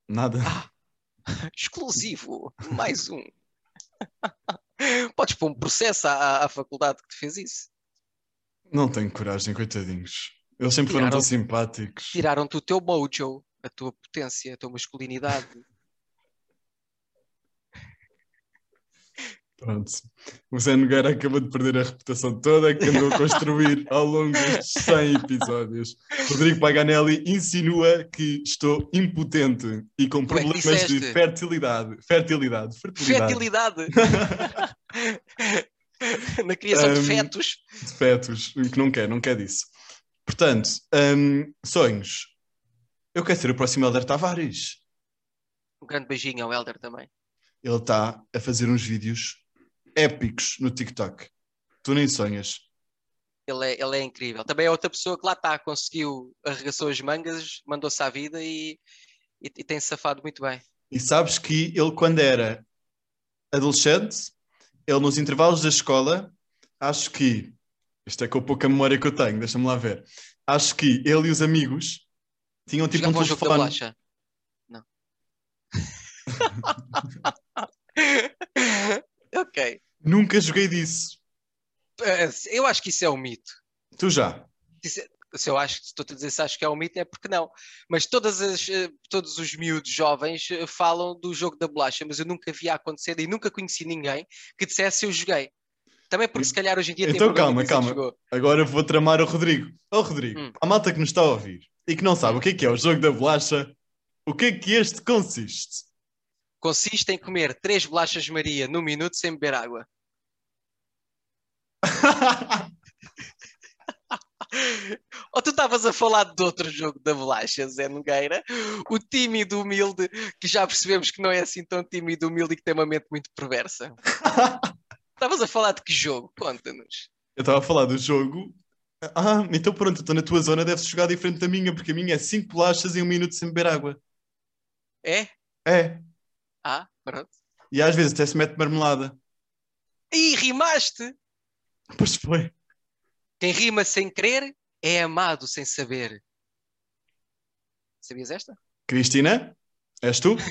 nada. Exclusivo, mais um. Podes pôr um processo à, à- à faculdade que te fez isso. Não tenho coragem, coitadinhos. Eles sempre foram tão simpáticos. Tiraram-te o teu mojo, a tua potência, a tua masculinidade. Pronto. O Zé Nogueira acabou de perder a reputação toda que andou a construir ao longo destes 100 episódios. Rodrigo Paganelli insinua que estou impotente e com Tu é que problemas de disseste. fertilidade, fertilidade, fertilidade. Fertilidade! Na criação de Um, fetos. de fetos, que não quer, não quer disso. Portanto, hum, sonhos. Eu quero ser o próximo Helder Tavares. Um grande beijinho ao Helder também. Ele está a fazer uns vídeos épicos no TikTok. Tu nem sonhas. Ele é, ele é incrível. Também é outra pessoa que lá está, conseguiu, arregaçou as mangas, mandou-se à vida e, e, e tem safado muito bem. E sabes que ele, quando era adolescente, ele nos intervalos da escola, acho que. Isto é com a pouca memória que eu tenho, deixa-me lá ver. Acho que ele e os amigos tinham tipo Jogava um ao jogo da telefone. bolacha. Não. ok. Nunca joguei disso. Eh, Eu acho que isso é um mito. Tu já. Se eu acho, se estou a dizer se acho que é um mito, é porque não. Mas todas as, eh, todos os miúdos jovens eh, falam do jogo da bolacha, mas eu nunca vi a acontecer e nunca conheci ninguém que dissesse eu joguei. Também porque se calhar hoje em dia tem Então, calma, problema de dizer que calma. jogou. Agora vou tramar o Rodrigo. Ó Rodrigo, Hum. a malta que nos está a ouvir e que não sabe o que é que é o jogo da bolacha, o que é que este consiste? Consiste em comer três bolachas Maria num minuto sem beber água. Ou tu estavas a falar de outro jogo da bolacha, Zé Nogueira? O tímido humilde, que já percebemos que não é assim tão tímido humilde e que tem uma mente muito perversa. Estavas a falar de que jogo? Conta-nos. eu estava a falar do jogo. Ah, então pronto, estou na tua zona, deves jogar diferente da minha, porque a minha é 5 bolachas em um minuto sem beber água. É? É. Ah, pronto. E às vezes até se mete marmelada. Ih, rimaste! Pois foi. Quem rima sem querer é amado sem saber. Sabias esta? Cristina, és tu?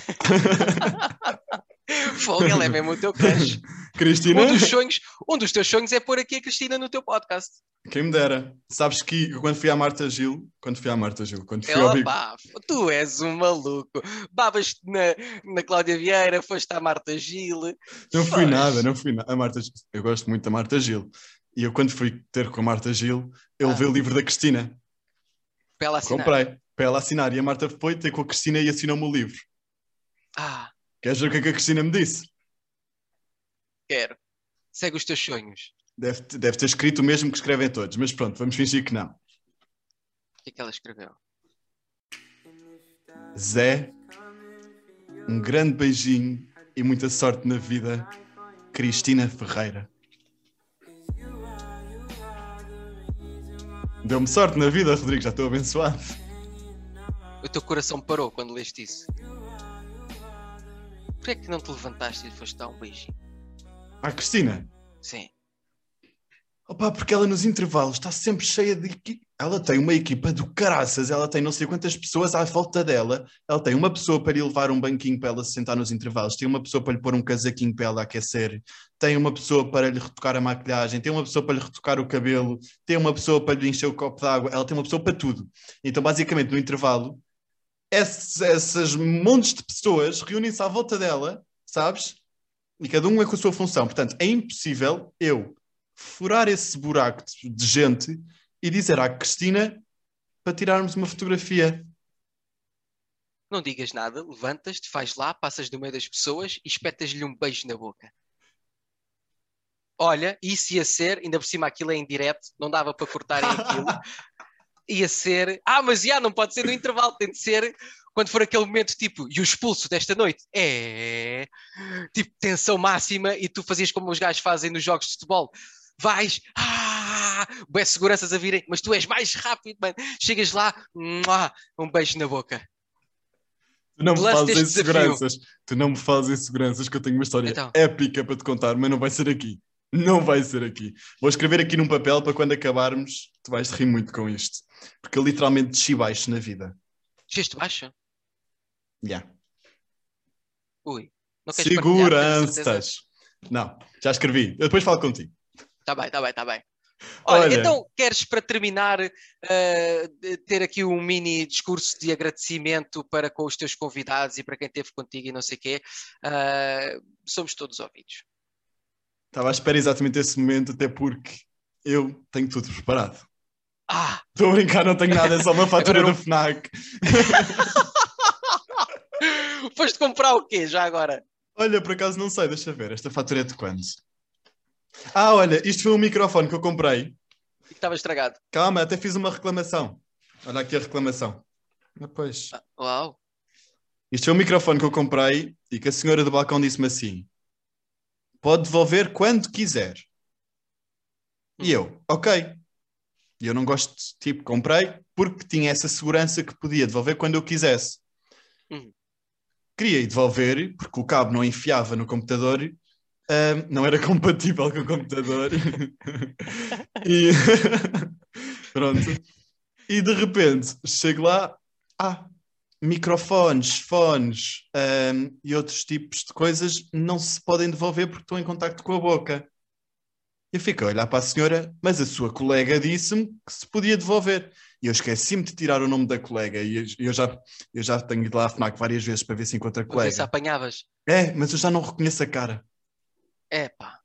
Fogo, ele é mesmo o teu crush. Cristina? Um dos, sonhos, um dos teus sonhos é pôr aqui a Cristina no teu podcast. Quem me dera. Sabes que eu quando fui à Marta Gil, quando fui à Marta Gil, quando fui ao Big Opa, tu és um maluco. Babas na, na Cláudia Vieira, foste à Marta Gil. Não fui Pois. nada, não fui nada. A Marta, Gil- eu gosto muito da Marta Gil. E eu, quando fui ter com a Marta Gil, eu Ah. levei o livro da Cristina. Para ela assinar. Comprei para ela assinar. E a Marta foi ter com a Cristina e assinou-me o livro. Ah, Queres ver o que é que a Cristina me disse? quero. Segue os teus sonhos. Deve, te- deve ter escrito o mesmo que escrevem todos, mas pronto, vamos fingir que não. O que é que ela escreveu? Zé, um grande beijinho e muita sorte na vida. Cristina Ferreira. You Deu-me sorte na vida, Rodrigo, já estou abençoado. O teu coração parou quando leste isso. Porquê é que não te levantaste e foste dar um beijinho? Ah, Cristina. Sim. Opa, porque ela nos intervalos está sempre cheia de. equi- Ela tem uma equipa do caraças, ela tem não sei quantas pessoas à volta dela. Ela tem uma pessoa para lhe levar um banquinho para ela se sentar nos intervalos, tem uma pessoa para lhe pôr um casaquinho para ela aquecer, tem uma pessoa para lhe retocar a maquilhagem, tem uma pessoa para lhe retocar o cabelo, tem uma pessoa para lhe encher o copo de água, ela tem uma pessoa para tudo. Então, basicamente, no intervalo, esses, essas montes de pessoas reúnem-se à volta dela, sabes? E cada um é com a sua função. Portanto, é impossível eu furar esse buraco de de gente e dizer à Cristina para tirarmos uma fotografia. Não digas nada, levantas-te, vais lá, passas no meio das pessoas e espetas-lhe um beijo na boca. Olha, isso ia ser, ainda por cima aquilo é em direto, não dava para cortarem aquilo. Ia ser, ah, mas já não pode ser no intervalo, tem de ser quando for aquele momento tipo, e o expulso desta noite. É, tipo, tensão máxima e tu fazias como os gajos fazem nos jogos de futebol. Vais, ah, bué seguranças a virem, mas tu és mais rápido, mano. Chegas lá, muá, um beijo na boca. Tu não me Lance fazes deste inseguranças. Tu não me fazes inseguranças que eu tenho uma história Então. épica para te contar, mas não vai ser aqui. Não vai ser aqui. Vou escrever aqui num papel para quando acabarmos, tu vais te rir muito com isto. Porque eu literalmente desci baixo na vida. Cheste baixo? Yeah. Ui. Não queres partilhar, tens certeza? Seguranças. Não, já escrevi. Eu depois falo contigo. Tá bem, tá bem, tá bem. Olha, Olha. então queres para terminar eh, de- ter aqui um mini discurso de agradecimento para com os teus convidados e para quem esteve contigo e não sei o quê. Eh, somos todos ouvidos. Estava à espera exatamente esse momento, até porque eu tenho tudo preparado. Ah, Estou a brincar, não tenho nada, é só uma fatura Agora do FNAC. foste comprar o quê já agora? Olha, por acaso não sei, deixa ver. Esta fatura é de quando? Ah, olha, isto foi um microfone que eu comprei. E que estava estragado. Calma, até fiz uma reclamação. Olha aqui a reclamação. Ah, pois. Ah, Uau. Isto foi um microfone que eu comprei e que a senhora do balcão disse-me assim: pode devolver quando quiser. E eu, ok. E eu não gosto, tipo, comprei porque tinha essa segurança que podia devolver quando eu quisesse. Uhum. Queria ir devolver porque o cabo não enfiava no computador, ahm, não era compatível com o computador. e pronto. E de repente chego lá, ah, microfones, fones ahm, e outros tipos de coisas não se podem devolver porque estão em contacto com a boca. Eu fico a olhar para a senhora, mas a sua colega disse-me que se podia devolver. E eu esqueci-me de tirar o nome da colega. E eu- eu já, eu já tenho ido lá à FNAC várias vezes para ver se encontro a Para ver se colega. apanhavas. É, mas eu já não reconheço a cara. Epá.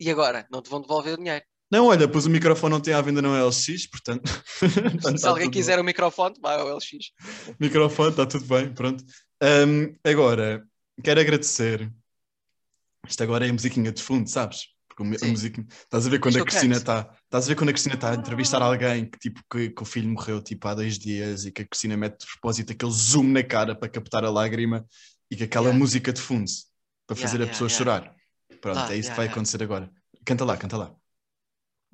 E agora? Não te vão devolver o dinheiro. Não, olha, pois o microfone não tem à venda na LX, portanto. portanto, Se está alguém tudo quiser o microfone, vai ao LX. bem. Microfone, está tudo bem, pronto. Ahm, agora, quero agradecer. Isto agora é a musiquinha de fundo, sabes? Porque o mi- a Sim. musiquinha. Estás a ver quando Isto a eu Cristina canto. está. Estás a ver quando a Cristina está a entrevistar Ah. alguém que, tipo, que, que o filho morreu tipo, há dois dias e que a Cristina mete de propósito aquele zoom na cara para captar a lágrima e que aquela Yeah. música de fundo para Yeah, fazer a yeah, pessoa yeah. chorar. Pronto, Lá, é isso yeah, que vai yeah. acontecer agora. Canta lá, canta lá.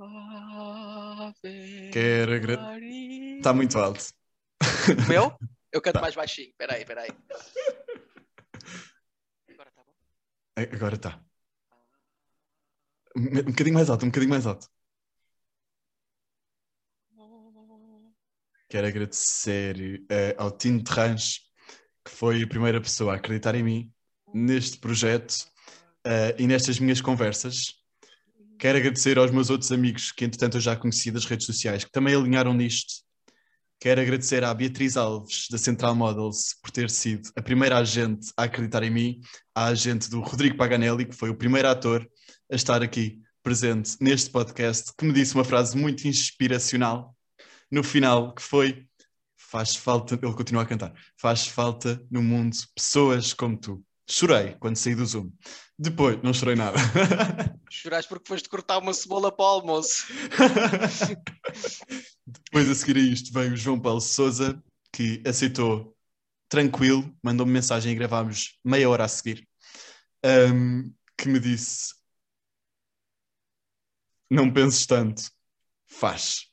Ave Quero agradecer. Maria. Está muito alto. O meu? Eu canto Tá. mais baixinho. Espera aí, espera aí. Agora tá bom? A- Agora está. Um um bocadinho mais alto, um bocadinho mais alto. Quero agradecer eh, ao Tino Terrange, que foi a primeira pessoa a acreditar em mim neste projeto eh, e nestas minhas conversas. Quero agradecer aos meus outros amigos que, entretanto, eu já conheci das redes sociais, que também alinharam nisto. Quero agradecer à Beatriz Alves, da Central Models, por ter sido a primeira agente a acreditar em mim, à agente do Rodrigo Paganelli, que foi o primeiro ator a estar aqui presente neste podcast, que me disse uma frase muito inspiracional no final, que foi: Faz falta, ele continua a cantar, faz falta no mundo pessoas como tu. Chorei quando saí do Zoom. Depois, não chorei nada. Choraste porque foste cortar uma cebola para o almoço. Depois a seguir a isto veio o João Paulo Souza, que aceitou tranquilo, mandou-me mensagem e gravámos meia hora a seguir, um, ahm, que me disse: Não penses tanto, faz.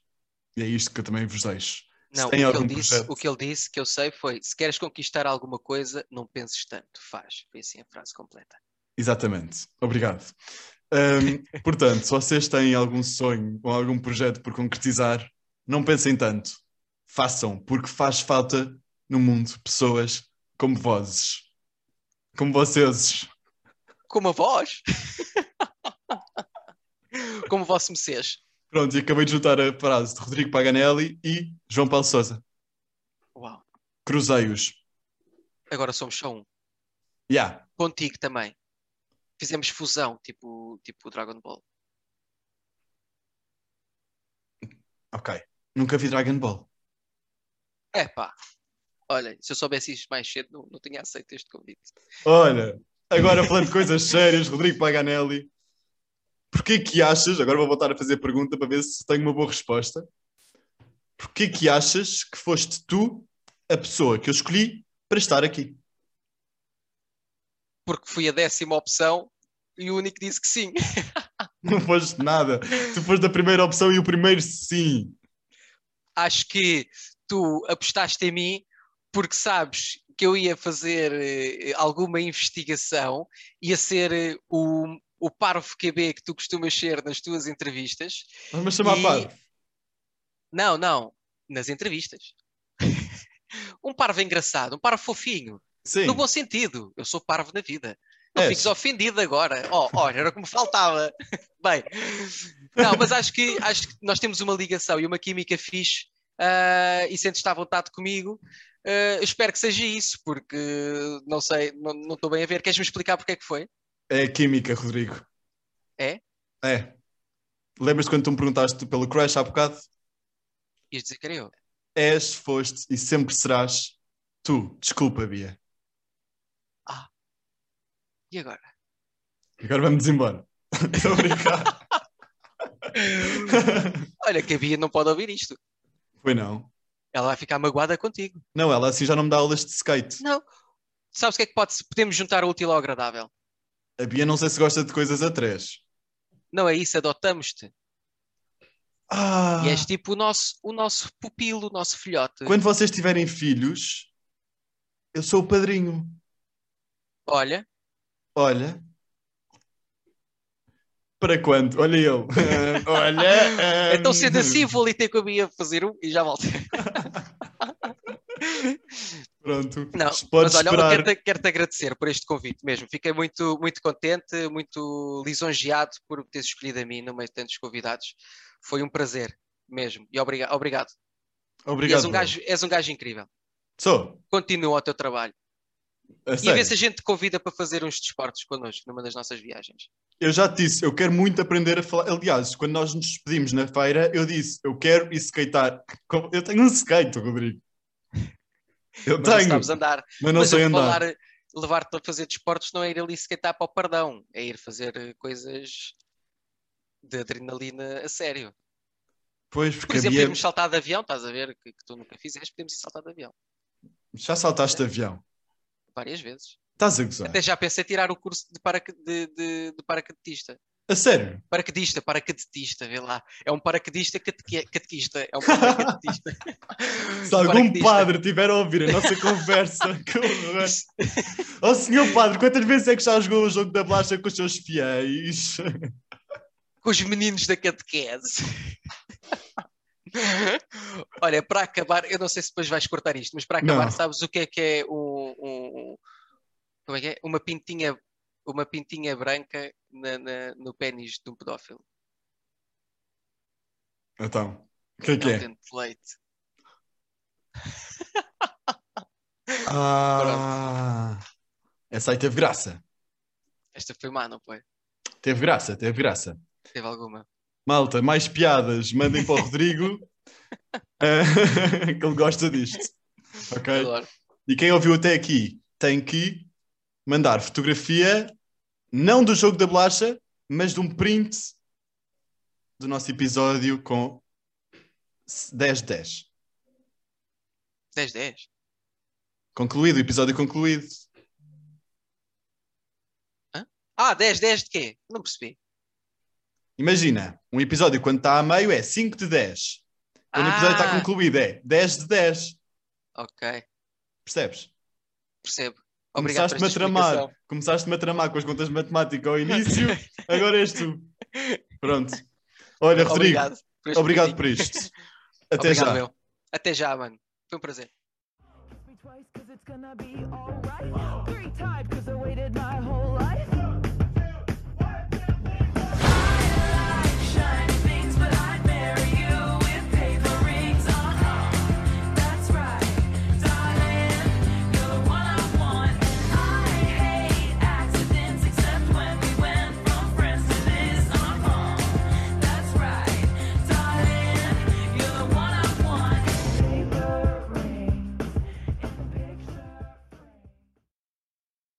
E é isto que eu também vos deixo. Se Não, o que, tem ele algum disse, projeto. o que ele disse que eu sei foi: se queres conquistar alguma coisa, não penses tanto, faz. Foi assim a frase completa. Exatamente. Obrigado. Ahm, portanto, se vocês têm algum sonho ou algum projeto por concretizar, não pensem tanto. Façam, porque faz falta no mundo pessoas como vozes. Como vocês. Com uma voz! Como o vosso Messias. Pronto, e acabei de juntar a frase de Rodrigo Paganelli e João Paulo Sousa. Uau, Cruzei-os. agora somos só um. Yeah. Contigo também. Fizemos fusão, tipo, tipo Dragon Ball. Ok. Nunca vi Dragon Ball. É pá. Olha, se eu soubesse isto mais cedo, não, não tinha aceito este convite. Olha, agora falando de coisas sérias, Rodrigo Paganelli, porquê que achas, agora vou voltar a fazer a pergunta para ver se tenho uma boa resposta, porquê que achas que foste tu a pessoa que eu escolhi para estar aqui? Porque fui a décima opção e o único disse que sim. Não foste nada. Tu foste a primeira opção e o primeiro sim. Acho que tu apostaste em mim porque sabes que eu ia fazer eh, alguma investigação, ia ser eh, o, o parvo QB que tu costumas ser nas tuas entrevistas. Vamos chamar E- par. Não, não, nas entrevistas. um parvo engraçado, um parvo fofinho. Sim. No bom sentido, eu sou parvo na vida. Não É. fiques ofendido agora. Oh, olha, era como faltava. Bem, não, mas acho que, acho que nós temos uma ligação e uma química fixe ah, e sentes-te à vontade comigo. Ah, espero que seja isso, porque não sei, não não estou bem a ver. Queres-me explicar porque é que foi? É a química, Rodrigo. É? É. Lembras-te quando tu me perguntaste pelo crush há bocado? Ias dizer que era eu. És, foste e sempre serás tu. Desculpa, Bia. E agora? Agora vamos embora. Estou a brincar. Olha, que a Bia não pode ouvir isto. Foi não. Ela vai ficar magoada contigo. Não, ela assim já não me dá aulas de skate. Não. Sabes o que é que pode, podemos juntar o útil ao agradável? A Bia não sei se gosta de coisas a três. Não é isso, adotamos-te. Ah, E és tipo o nosso, o nosso pupilo, o nosso filhote. quando vocês tiverem filhos, eu sou o padrinho. Olha, Olha. Para quando? Olha eu. Olha. então sendo hum. assim, vou ali ter com a Bia fazer um e já volto. Pronto. Não, Podes mas olha, esperar. quero-te quero-te agradecer por este convite mesmo. Fiquei muito, muito contente, muito lisonjeado por teres escolhido a mim no meio de tantos convidados. Foi um prazer mesmo. E obriga obrigado. E Obrigado. és, um gajo, és um gajo incrível. Sou. Continua o teu trabalho. A E a ver sério. se a gente te convida para fazer uns desportos connosco numa das nossas viagens. Eu já te disse, eu quero muito aprender a falar. Aliás, quando nós nos despedimos na feira, eu disse, eu quero ir skatear. Como- Eu tenho um skate, Rodrigo. Eu Mas não tenho, sabes andar. mas não Mas sei eu andar. falar, levar-te a fazer desportos não é ir ali skatear para o pardão, é ir fazer eh, coisas de adrenalina a sério. Pois, Por porque exemplo, havia... irmos saltar de avião, estás a ver, que, que tu nunca fizeste, podemos ir saltar de avião já saltaste de avião. várias vezes. Estás a gozar. Até já pensei tirar o curso de, paraque- de, de- de paraquedista. A sério? Paraquedista, paraquedista, vê lá. É um paraquedista cateque- catequista. É um paraquedista. Um Se algum Paraquedista. um padre é? tiver a ouvir a nossa conversa, que horror. Oh, senhor padre, quantas vezes é que já jogou o jogo da blacha com os seus fiéis? com os meninos da catequese. Olha, para acabar, eu não sei se depois vais cortar isto, mas para acabar, Não. sabes o que é que é um, um- um- como é que é? Uma pintinha, uma pintinha branca na- na- no pênis de um pedófilo? Então, o que é É que um é? dente de leite. Ah, essa aí teve graça. Esta foi má, não foi? Teve graça, teve graça. Teve alguma? Malta, mais piadas, mandem para o Rodrigo, eh, que ele gosta disto. Ok? Adoro. E quem ouviu até aqui tem que mandar fotografia, não do jogo da blacha, mas de um print do nosso episódio com 10-10. 10, 10. Concluído, episódio concluído. Ah, 10, 10 de quê? Não percebi. Imagina, um episódio quando está a meio é 5 de 10. Quando o episódio está Ah. concluído é 10 de 10. Ok, Percebes? percebo. Obrigado Começaste-me a por esta tramar. explicação. Começaste-me a tramar com as contas de matemática ao início. Agora és tu. Pronto. Olha, Rodrigo, Obrigado. por este obrigado por bocadinho. isto. Até Obrigado, já. meu. Até já, mano. Foi um prazer. me twice cause it's gonna be alright. Three times cause I waited my whole life.